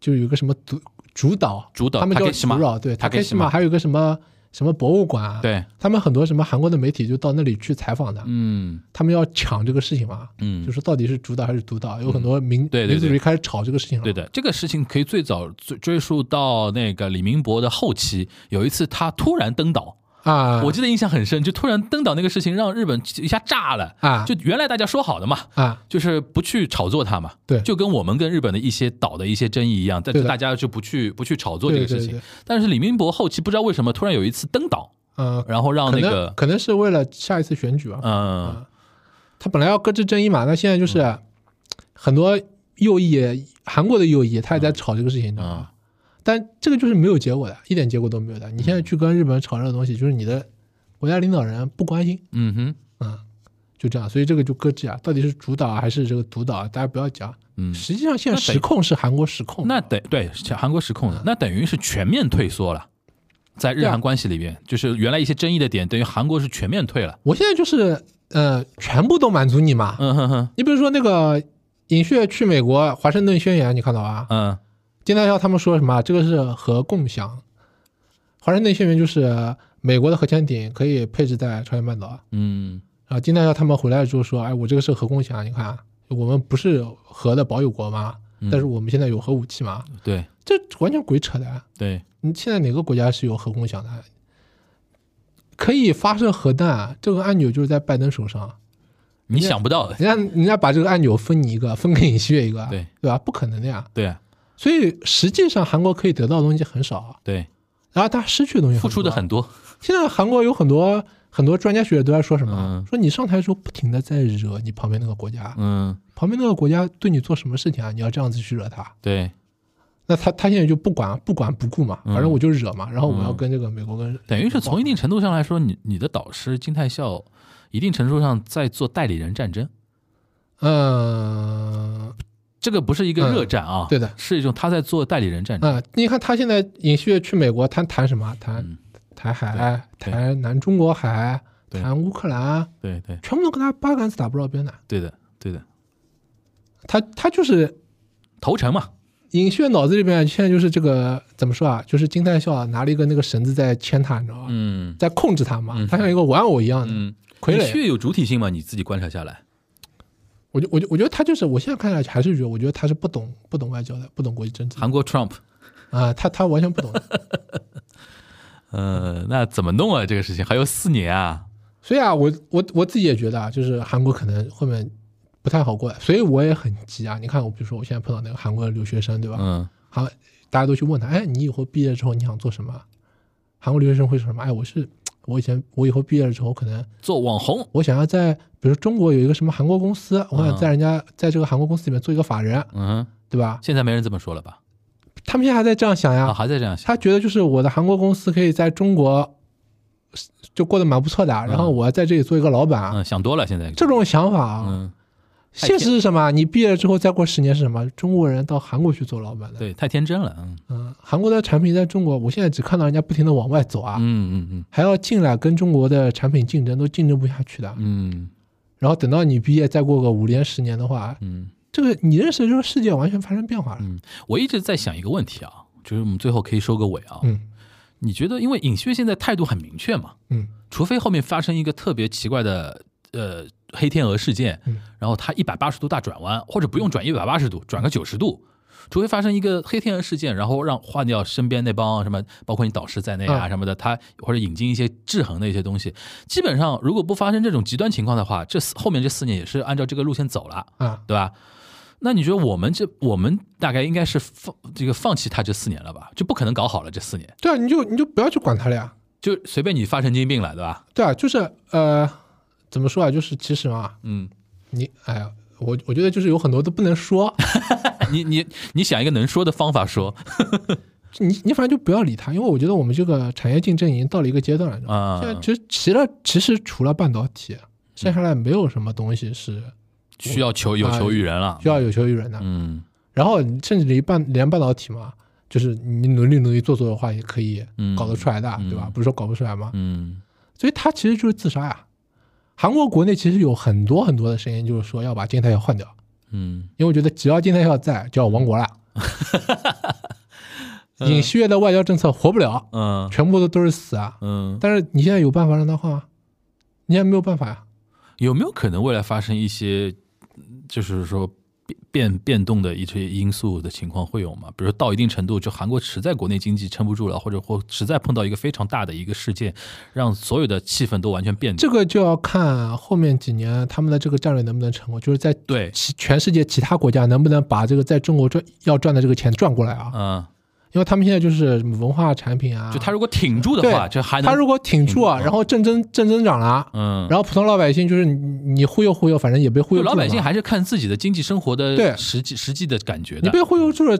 Speaker 5: 就有一个什么独主岛，
Speaker 2: 主导
Speaker 5: 他们叫
Speaker 2: Takeshima
Speaker 5: 主岛，对，塔克西
Speaker 2: Takeshima
Speaker 5: 马，还有一个什么什么博物馆啊，
Speaker 2: 对，
Speaker 5: 他们很多什么韩国的媒体就到那里去采访的，
Speaker 2: 嗯
Speaker 5: 他们要抢这个事情嘛，
Speaker 2: 嗯，
Speaker 5: 就是到底是主岛还是独岛，有很多民
Speaker 2: 对对对
Speaker 5: 民族主义开始吵这个事情了，
Speaker 2: 对的，这个事情可以最早追追溯到那个李明博的后期，有一次他突然登岛，
Speaker 5: 啊，
Speaker 2: 我记得印象很深，就突然登岛那个事情让日本一下炸了
Speaker 5: 啊
Speaker 2: 就原来大家说好的嘛。
Speaker 5: 啊，
Speaker 2: 就是不去炒作它嘛，
Speaker 5: 对
Speaker 2: 就跟我们跟日本的一些岛的一些争议一样，但
Speaker 5: 对
Speaker 2: 是
Speaker 5: 的
Speaker 2: 大家就不去不去炒作这个事
Speaker 5: 对对
Speaker 2: 情
Speaker 5: 对。
Speaker 2: 但是李明博后期不知道为什么突然有一次登岛，
Speaker 5: 嗯、
Speaker 2: 然后让
Speaker 5: 可
Speaker 2: 那
Speaker 5: 能、
Speaker 2: 个
Speaker 5: 可能是为了下一次选举啊，
Speaker 2: 嗯
Speaker 5: 他本来要搁置争议嘛，那现在就是很多右翼，韩国的右翼，他
Speaker 2: 嗯
Speaker 5: 也在吵这个事情，你知道吗？但这个就是没有结果的，一点结果都没有的。
Speaker 2: 嗯
Speaker 5: 你现在去跟日本吵这个东西，就是你的国家领导人不关心，
Speaker 2: 嗯哼，
Speaker 5: 啊，就这样，所以这个就搁置啊，到底是主导啊还是这个独导啊，大家不要讲。
Speaker 2: 嗯
Speaker 5: 实际上现在
Speaker 2: 那得
Speaker 5: 实控是韩国实控，嗯
Speaker 2: 那得对韩国实控的，那等于是全面退缩了，在日
Speaker 5: 对啊
Speaker 2: 韩关系里边，就是原来一些争议的点，等于韩国是全面退了。
Speaker 5: 我现在就是呃，全部都满足你嘛。
Speaker 2: 嗯哼哼，
Speaker 5: 你比如说那个尹雪去美国，《华盛顿宣言》你看到吧？
Speaker 2: 嗯
Speaker 5: 金大校他们说什么？这个是核共享，《华盛顿宣言》就是呃美国的核潜艇可以配置在朝鲜半岛。
Speaker 2: 嗯
Speaker 5: 然后金大啊校他们回来之后说：“哎，我这个是核共享，你看啊我们不是核的保有国嘛，
Speaker 2: 嗯
Speaker 5: 但是我们现在有核武器嘛，
Speaker 2: 对
Speaker 5: 这完全鬼扯淡。
Speaker 2: 对，
Speaker 5: 你现在哪个国家是有核共享的？啊可以发射核弹，啊这个按钮就是在拜登手上。”
Speaker 2: 你想不到的，
Speaker 5: 人家人家把这个按钮分你一个，分给尹锡悦一个，啊
Speaker 2: 对
Speaker 5: 对吧？不可能的呀。
Speaker 2: 对啊
Speaker 5: 所以实际上韩国可以得到的东西很少啊，
Speaker 2: 对，
Speaker 5: 然后他失去的东西
Speaker 2: 付出的
Speaker 5: 多啊
Speaker 2: 很。多。
Speaker 5: 现在韩国有很多很多专家学者都在说什么，
Speaker 2: 嗯
Speaker 5: 说你上台的时候不停的在惹你旁边那个国家，
Speaker 2: 嗯，
Speaker 5: 旁边那个国家对你做什么事情啊，你要这样子去惹他。
Speaker 2: 对，
Speaker 5: 那他他现在就不管不管不顾嘛，
Speaker 2: 嗯
Speaker 5: 反正我就惹嘛，然后我要
Speaker 2: 嗯
Speaker 5: 跟这个美国跟
Speaker 2: 等于是从一定程度上来说，你你的导师金泰孝，一定程度上在做代理人战争。
Speaker 5: 嗯
Speaker 2: 这个不是一个热战啊，
Speaker 5: 嗯对的
Speaker 2: 是一种他在做代理人战争。
Speaker 5: 啊，你看他现在尹锡悦去美国，他谈什么？啊谈
Speaker 2: 嗯
Speaker 5: 谈海，
Speaker 2: 对对
Speaker 5: 谈南中国海，
Speaker 2: 对
Speaker 5: 谈乌克兰，
Speaker 2: 对对
Speaker 5: 全部都跟他八竿子打不着边的。
Speaker 2: 对的对的，
Speaker 5: 他他就是
Speaker 2: 投诚嘛，
Speaker 5: 尹锡悦脑子里面现在就是这个怎么说啊？就是金泰孝啊拿了一个那个绳子在牵他，你知道吧？
Speaker 2: 嗯
Speaker 5: 在控制他嘛，
Speaker 2: 嗯
Speaker 5: 他像一个玩偶一样的。
Speaker 2: 嗯，
Speaker 5: 傀儡啊
Speaker 2: 你去有主体性嘛？你自己观察下来，
Speaker 5: 我就我就我觉得他就是，我现在看下来还是觉得，我觉得他是不懂不懂外交的，不懂国际政治
Speaker 2: 韩国 Trump，
Speaker 5: 啊，他他完全不懂的。
Speaker 2: 呃，那怎么弄啊？这个事情还有四年啊，
Speaker 5: 所以啊，我我我自己也觉得啊，就是韩国可能后面不太好过，所以我也很急啊。你看，我比如说我现在碰到那个韩国的留学生，对吧？
Speaker 2: 嗯
Speaker 5: 韩大家都去问他，哎，你以后毕业之后你想做什么？啊韩国留学生会说什么？哎，我是我以前我以后毕业了之后，可能
Speaker 2: 做网红，
Speaker 5: 我想要在比如中国有一个什么韩国公司，我想
Speaker 2: 嗯
Speaker 5: 在人家在这个韩国公司里面做一个法人，啊
Speaker 2: 嗯，
Speaker 5: 对吧？
Speaker 2: 现在没人这么说了吧？
Speaker 5: 他们现在还在这样想呀，
Speaker 2: 啊，还在这样想，
Speaker 5: 他觉得就是我的韩国公司可以在中国就过得蛮不错的，啊然后我在这里做一个老板，啊
Speaker 2: 嗯，想多了，现在
Speaker 5: 这，种想法啊。
Speaker 2: 嗯，
Speaker 5: 现实是什么？你毕业之后再过十年是什么？中国人到韩国去做老板的。，
Speaker 2: 对，太天真了，嗯
Speaker 5: 嗯，韩国的产品在中国，我现在只看到人家不停的往外走啊，
Speaker 2: 嗯嗯
Speaker 5: 还要进来跟中国的产品竞争，都竞争不下去的。
Speaker 2: 嗯
Speaker 5: 然后等到你毕业再过个五年十年的话
Speaker 2: 嗯，嗯，
Speaker 5: 这个你认识的这个世界完全发生变化了。
Speaker 2: 嗯我一直在想一个问题啊，就是我们最后可以收个尾啊，
Speaker 5: 嗯
Speaker 2: 你觉得，因为尹锡悦现在态度很明确嘛，
Speaker 5: 嗯
Speaker 2: 除非后面发生一个特别奇怪的呃黑天鹅事件，
Speaker 5: 嗯
Speaker 2: 然后他一百八十度大转弯，或者不用转一百八十度，转个九十度。除非发生一个黑天鹅事件，然后让换掉身边那帮什么，包括你导师在内啊
Speaker 5: 嗯
Speaker 2: 什么的，他或者引进一些制衡的一些东西。基本上，如果不发生这种极端情况的话，这四后面这四年也是按照这个路线走了，
Speaker 5: 啊，
Speaker 2: 对吧？那你觉得我们这我们大概应该是放这个放弃他这四年了吧？就不可能搞好了这四年，
Speaker 5: 对啊，你就你就不要去管他了呀。
Speaker 2: 就随便你发神经病了，对吧？
Speaker 5: 对啊，就是呃，怎么说啊？就是其实嘛，
Speaker 2: 嗯，
Speaker 5: 你哎呀，我我觉得就是有很多都不能说，
Speaker 2: 你你你想一个能说的方法说
Speaker 5: 你你反正就不要理他，因为我觉得我们这个产业竞争已经到了一个阶段了。你知道吗
Speaker 2: 啊
Speaker 5: 现，在其实其了，其实除了半导体，剩下来没有什么东西是
Speaker 2: 需要求有求于人了，
Speaker 5: 需要有求于人的。
Speaker 2: 嗯
Speaker 5: 然后你甚至离半连半导体嘛，就是你努力努力做做的话，也可以
Speaker 2: 嗯
Speaker 5: 搞得出来的，
Speaker 2: 嗯
Speaker 5: 对吧？不是说搞不出来吗？
Speaker 2: 嗯
Speaker 5: 所以它其实就是自杀呀、韩国国内其实有很多很多的声音，就是说要把金泰耀换掉，
Speaker 2: 嗯
Speaker 5: 因为我觉得只要金泰耀在，就要
Speaker 2: *laughs*
Speaker 5: 亡国了。尹锡悦的外交政策活不了，
Speaker 2: 嗯
Speaker 5: 全部都都是死啊！
Speaker 2: 嗯，
Speaker 5: 但是你现在有办法让他换啊？你现在没有办法呀、
Speaker 2: 有没有可能未来发生一些嗯就是说变变变动的一些因素的情况会有吗？比如到一定程度，就韩国实在国内经济撑不住了，或者或实在碰到一个非常大的一个事件，让所有的气氛都完全变
Speaker 5: 这个就要看后面几年他们的这个战略能不能成功，就是在
Speaker 2: 对，
Speaker 5: 其全世界其他国家能不能把这个在中国赚要赚的这个钱赚过来啊？
Speaker 2: 嗯，
Speaker 5: 因为他们现在就是文化产品啊，
Speaker 2: 就他如果挺住的
Speaker 5: 对
Speaker 2: 话，这还能
Speaker 5: 他如果挺住啊，
Speaker 2: 挺住啊
Speaker 5: 然后正增正增长了，
Speaker 2: 嗯，
Speaker 5: 然后普通老百姓就是你你忽悠忽悠，反正也被忽
Speaker 2: 就
Speaker 5: 悠住了
Speaker 2: 老
Speaker 5: 嘛
Speaker 2: 百姓还是看自己的经济生活
Speaker 5: 对
Speaker 2: 的实际实际的感觉
Speaker 5: 你
Speaker 2: 的，
Speaker 5: 被忽悠住了，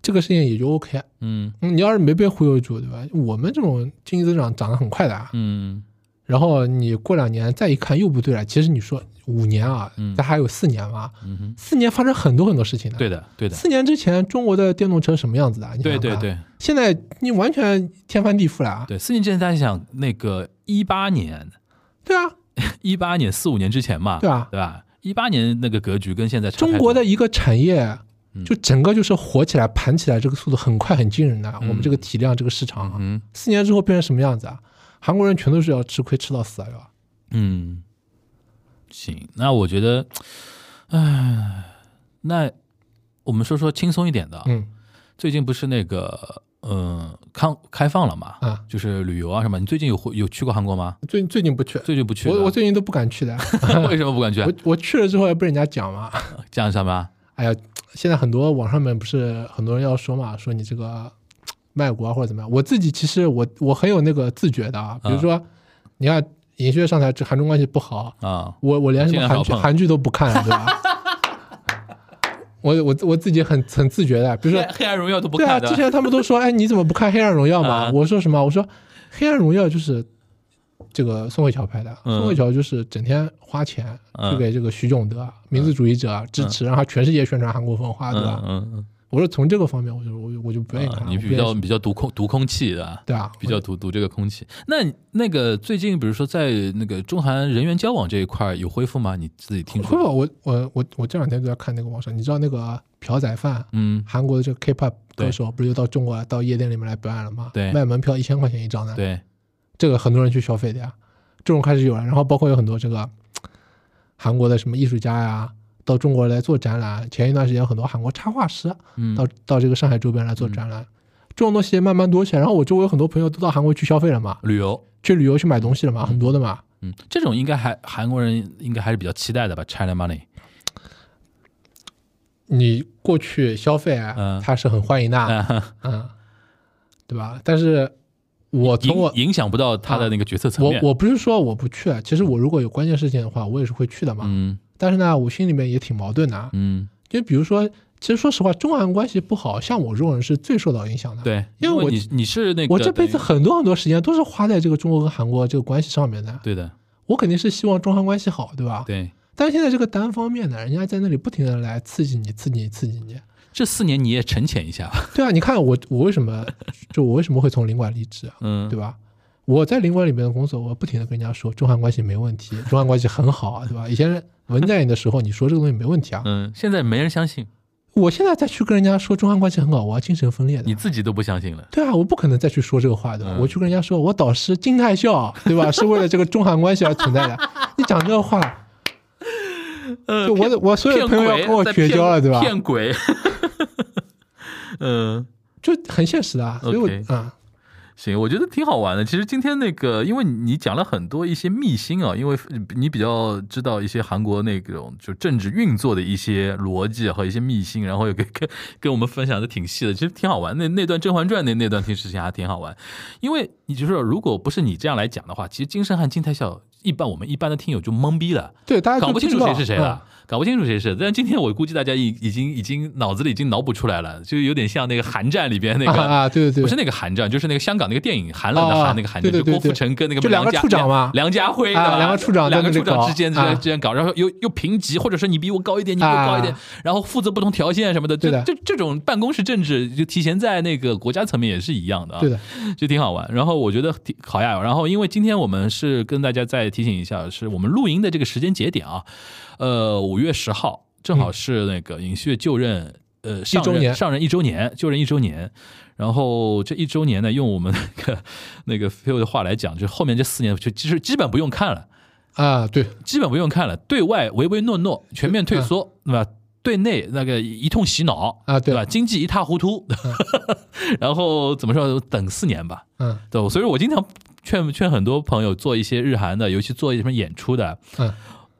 Speaker 5: 这个事情也就 OK。
Speaker 2: 嗯
Speaker 5: 嗯你要是没被忽悠住，对吧？我们这种经济增长涨得很快的啊，
Speaker 2: 嗯。
Speaker 5: 然后你过两年再一看又不对了，其实你说五年啊
Speaker 2: 嗯，
Speaker 5: 咱还有四年嘛，
Speaker 2: 嗯哼，
Speaker 5: 四年发生很多很多事情的。
Speaker 2: 对的，对的，
Speaker 5: 四年之前中国的电动车什么样子的？啊你想
Speaker 2: 对
Speaker 5: 想
Speaker 2: 对
Speaker 5: 看，
Speaker 2: 对
Speaker 5: 现在你完全天翻地覆了啊！
Speaker 2: 对。四年之前，大家想那个一八年，
Speaker 5: 对啊，
Speaker 2: 一八年四五年之前嘛，
Speaker 5: 对啊
Speaker 2: 对吧？一八年那个格局跟现在差太多
Speaker 5: 中国的一个产业，
Speaker 2: 嗯
Speaker 5: 就整个就是火起来、盘起来，这个速度很快、很惊人的。我们这个体量、这个市场啊，
Speaker 2: 嗯
Speaker 5: 四年之后变成什么样子啊？韩国人全都是要吃亏吃到死啊！要
Speaker 2: 嗯，行，那我觉得，唉，那我们说说轻松一点的啊，
Speaker 5: 嗯
Speaker 2: 最近不是那个嗯康开放了嘛，
Speaker 5: 啊，
Speaker 2: 就是旅游啊什么。你最近有回有去过韩国吗？
Speaker 5: 最最近不去，
Speaker 2: 最近不去了，
Speaker 5: 我我最近都不敢
Speaker 2: *laughs*
Speaker 5: 去的。
Speaker 2: 为什么不敢去啊
Speaker 5: 我？我去了之后要被人家讲嘛， *laughs*
Speaker 2: 这样什么？
Speaker 5: 哎呀，现在很多网上面不是很多人要说嘛，说你这个卖国啊或者怎么样。我自己其实我我很有那个自觉的啊，比如说，你看尹学上台，这韩中关系不好，
Speaker 2: 啊、
Speaker 5: 我我连什么
Speaker 2: 尽量少
Speaker 5: 韩剧
Speaker 2: 碰
Speaker 5: 韩剧都不看，对吧？ *laughs* 我我我自己很很自觉的，比如
Speaker 2: 黑
Speaker 5: 说
Speaker 2: 暗，黑暗荣耀都不
Speaker 5: 对啊，
Speaker 2: 看的，
Speaker 5: 之前他们都说，哎，你怎么不看《黑暗荣耀》嘛？
Speaker 2: *laughs* 啊
Speaker 5: 我说什么？我说《黑暗荣耀》就是这个宋慧乔拍的，
Speaker 2: 嗯
Speaker 5: 宋慧乔就是整天花钱
Speaker 2: 嗯
Speaker 5: 去给这个徐炯德、啊民族主义者支持，让他全世界宣传韩国文化，对吧
Speaker 2: 嗯？嗯
Speaker 5: 啊我说从这个方面，我就我就我就不愿
Speaker 2: 嗯
Speaker 5: 意看
Speaker 2: 啊，
Speaker 5: 了，
Speaker 2: 你
Speaker 5: 我不
Speaker 2: 比较
Speaker 5: 愿意
Speaker 2: 比较读空读空气的啊，
Speaker 5: 对啊，
Speaker 2: 比较读读这个空气。那你那个最近，比如说在那个中韩人员交往这一块儿有恢复吗？你自己听
Speaker 5: 会
Speaker 2: 说？
Speaker 5: 吧？我我我我这两天都在看那个网上，你知道那个朴宰范，
Speaker 2: 嗯，
Speaker 5: 韩国的这个 K-pop
Speaker 2: 对
Speaker 5: 歌手，不是又到中国到夜店里面来表演了吗？
Speaker 2: 对
Speaker 5: 卖门票一千块钱一张的，
Speaker 2: 对，
Speaker 5: 这个很多人去消费的呀，这种开始有了。然后包括有很多这个韩国的什么艺术家呀，到中国来做展览。前一段时间有很多韩国插画师啊
Speaker 2: 嗯，
Speaker 5: 到到这个上海周边来做展览，这种东西慢慢多起来。然后我周围有很多朋友都到韩国去消费了嘛，
Speaker 2: 旅游，
Speaker 5: 去旅游去买东西了嘛，很多的嘛。
Speaker 2: 嗯，这种应该还韩国人应该还是比较期待的吧？China Money，
Speaker 5: 你过去消费
Speaker 2: 嗯
Speaker 5: 啊，他是很欢迎的，
Speaker 2: 啊，
Speaker 5: 嗯，对吧？但是我从我
Speaker 2: 影影响不到他的那个决策层
Speaker 5: 我
Speaker 2: 面。
Speaker 5: 我不是说我不去，啊其实我如果有关键事情的话，我也是会去的嘛。
Speaker 2: 嗯
Speaker 5: 但是呢，我心里面也挺矛盾的啊，
Speaker 2: 嗯，
Speaker 5: 因为比如说，其实说实话，中韩关系不好，像我这种人是最受到影响的。，
Speaker 2: 对，
Speaker 5: 因为
Speaker 2: 为
Speaker 5: 我
Speaker 2: 你你是那个
Speaker 5: 我这辈子
Speaker 2: 等于
Speaker 5: 很多很多时间都是花在这个中国跟韩国这个关系上面的。
Speaker 2: 对的，
Speaker 5: 我肯定是希望中韩关系好，对吧？。
Speaker 2: 对，
Speaker 5: 但是现在这个单方面的，人家在那里不停的来刺激你，刺激你，刺激你。
Speaker 2: 这四年你也沉潜一下吧。
Speaker 5: 对啊，你看我，我为什么，就我为什么会从领馆离职，啊
Speaker 2: 嗯，
Speaker 5: 对吧？我在领馆里面的工作，我不停的跟人家说中韩关系没问
Speaker 2: 嗯
Speaker 5: 题，中韩关系很好，啊对吧？以前文在寅的时候，你说这个东西没问题啊，
Speaker 2: 嗯，现在没人相信，
Speaker 5: 我现在再去跟人家说中韩关系很好，我要精神分裂的。
Speaker 2: 你自己都不相信了。
Speaker 5: 对啊，我不可能再去说这个话的。
Speaker 2: 嗯
Speaker 5: 我去跟人家说，我导师金泰孝，对
Speaker 2: *laughs*
Speaker 5: 吧？是为了这个中韩关系而存在的。你讲这个话，
Speaker 2: 呃
Speaker 5: 就我的我所有
Speaker 2: 骗
Speaker 5: 的朋友要
Speaker 2: 鬼，
Speaker 5: 跟我
Speaker 2: 在
Speaker 5: 绝
Speaker 2: 骗
Speaker 5: 交了，对吧？
Speaker 2: 骗鬼。 *laughs* 嗯，
Speaker 5: 就很现实的啊。所以我
Speaker 2: OK
Speaker 5: 啊，
Speaker 2: 行，我觉得挺好玩的。其实今天那个，因为你讲了很多一些秘辛啊，因为你比较知道一些韩国那种就政治运作的一些逻辑和一些秘辛，然后也跟跟跟我们分享的挺细的，其实挺好玩。那那段《甄嬛传》那那段听事情还挺好玩，因为你就说，如果不是你这样来讲的话，其实金圣汉、金泰孝一般我们一般的听友就懵逼了。
Speaker 5: 对大家
Speaker 2: 搞
Speaker 5: 就
Speaker 2: 不清
Speaker 5: 知
Speaker 2: 楚
Speaker 5: 道
Speaker 2: 谁是谁了
Speaker 5: 啊。，
Speaker 2: 搞不清楚谁是。但今天我估计大家已已经已经脑子里已经脑补出来了，就有点像那个寒战里边那
Speaker 5: 啊
Speaker 2: 个。
Speaker 5: 啊，对对
Speaker 2: 不是
Speaker 5: 对，
Speaker 2: 那个寒战，就是那个香港那个电影《寒冷的
Speaker 5: 哦
Speaker 2: 寒
Speaker 5: 哦》
Speaker 2: 那个寒
Speaker 5: 对
Speaker 2: 战，
Speaker 5: 对
Speaker 2: 就
Speaker 5: 对
Speaker 2: 郭富
Speaker 5: 对
Speaker 2: 城跟那个
Speaker 5: 就两
Speaker 2: 梁
Speaker 5: 个
Speaker 2: 家
Speaker 5: 处长嘛
Speaker 2: 梁梁家辉
Speaker 5: 啊
Speaker 2: 对吧
Speaker 5: 两个处长在
Speaker 2: 两个
Speaker 5: 那里
Speaker 2: 处长
Speaker 5: 搞
Speaker 2: 之间之
Speaker 5: 啊
Speaker 2: 间之间搞，然后又又评级，或者是你比我高一点，你比我高一点
Speaker 5: 啊，
Speaker 2: 然后负责不同条线什么的，这
Speaker 5: 对的
Speaker 2: 这这种办公室政治就提前在那个国家层面也是一样的啊。
Speaker 5: 对的，
Speaker 2: 就挺好玩。然后我觉得挺好呀。然后因为今天我们是跟大家再提醒一下，是我们录音的这个时间节点啊，呃，五月十号，正好是那个尹旭就任。呃，上
Speaker 5: 嗯周
Speaker 2: 任
Speaker 5: 年
Speaker 2: 上任一周年，就任一周年，然后这一周年呢，用我们那个那个 Phil 的话来讲，就后面这四年就其实基本不用看了，
Speaker 5: 啊对，
Speaker 2: 基本不用看了，对外唯唯诺诺，全面退缩，对吧？对内那个一通洗脑
Speaker 5: 嗯啊
Speaker 2: 对
Speaker 5: 对
Speaker 2: 吧？经济一塌糊涂， *laughs* 然后怎么说？等四年吧，
Speaker 5: 嗯
Speaker 2: 对，所以我经常劝劝很多朋友做一些日韩的，尤其做一些什么演出的。
Speaker 5: 嗯，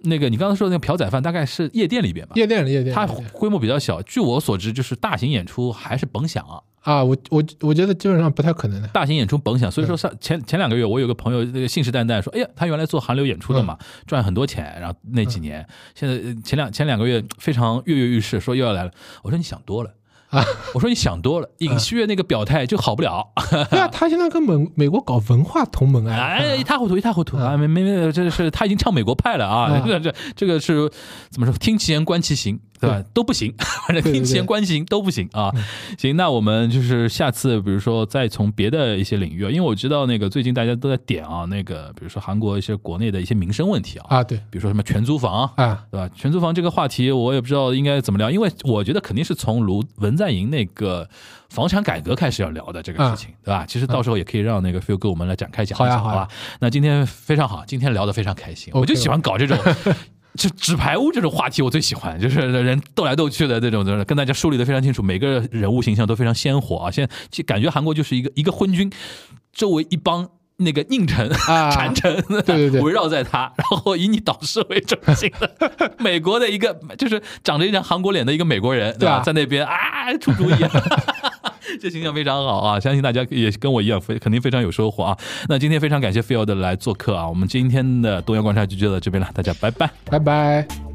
Speaker 2: 那个你刚刚说的那个朴宰范，大概是夜店里边吧？
Speaker 5: 夜店了夜店
Speaker 2: 它
Speaker 5: 了夜店了
Speaker 2: 规模比较小，据我所知，就是大型演出还是甭想啊，
Speaker 5: 啊，我我我觉得基本上不太可能
Speaker 2: *laughs*
Speaker 5: 的。
Speaker 2: 大型演出甭想。所以说上前前两个月，我有个朋友那个信誓旦旦说，哎呀，他原来做韩流演出的
Speaker 5: 嗯
Speaker 2: 嘛，赚很多钱，然后那几年，现在呃前两前两个月非常跃跃欲试，说又要来了。我说你想多了。
Speaker 5: 啊
Speaker 2: 我说你想多了，
Speaker 5: 嗯
Speaker 2: 尹锡悦那个表态就好不了，
Speaker 5: 对啊，他现在跟美美国搞文化同盟啊， *laughs*
Speaker 2: 哎，一塌糊涂，一塌糊涂
Speaker 5: 嗯
Speaker 2: 啊！没没没，这是他已经唱美国派了啊！
Speaker 5: 啊
Speaker 2: 这 *laughs* 这这个是怎么说？听其言观其行，对吧？都不行， *laughs* 反正
Speaker 5: 对对嗯
Speaker 2: 听其言
Speaker 5: 对
Speaker 2: 观其行都不行啊！行，那我们就是下次，比如说再从别的一些领域啊，因为我知道那个最近大家都在点啊，那个比如说韩国一些国内的一些民生问题啊，
Speaker 5: 啊，对
Speaker 2: 比如说什么全租房啊
Speaker 5: 啊，
Speaker 2: 对吧？全租房这个话题，我也不知道应该怎么聊，因为我觉得肯定是从卢文在寅那个房产改革开始要聊的这个事情，对吧？其实到时候也可以让那个 Phil 哥我们来展开讲一
Speaker 5: 嗯好呀
Speaker 2: 讲，
Speaker 5: 好呀
Speaker 2: 吧？那今天非常好，今天聊得非常开心，
Speaker 5: OK 嗯
Speaker 2: 我就喜欢搞
Speaker 5: *laughs*
Speaker 2: 这种。 *laughs* 就纸牌屋这种话题，我最喜欢，就是人斗来斗去的这种，就是跟大家梳理的非常清楚，每个人物形象都非常鲜活啊。现在就感觉韩国就是一个一个昏君，周围一帮那个佞臣
Speaker 5: 啊
Speaker 2: 谗臣，
Speaker 5: 对对
Speaker 2: 围绕在他，然后以你导师为中心的
Speaker 5: *laughs*
Speaker 2: 美国的一个，就是长着一张韩国脸的一个美国人，
Speaker 5: 对
Speaker 2: 吧？
Speaker 5: 啊
Speaker 2: 在那边啊出主意。
Speaker 5: *laughs*
Speaker 2: 这形象非常好啊！相信大家也跟我一样，非肯定非常有收获啊！那今天非常感谢 Phil 的来做客啊！我们今天的东阳观察局就到这边了，大家拜拜。
Speaker 5: 拜拜。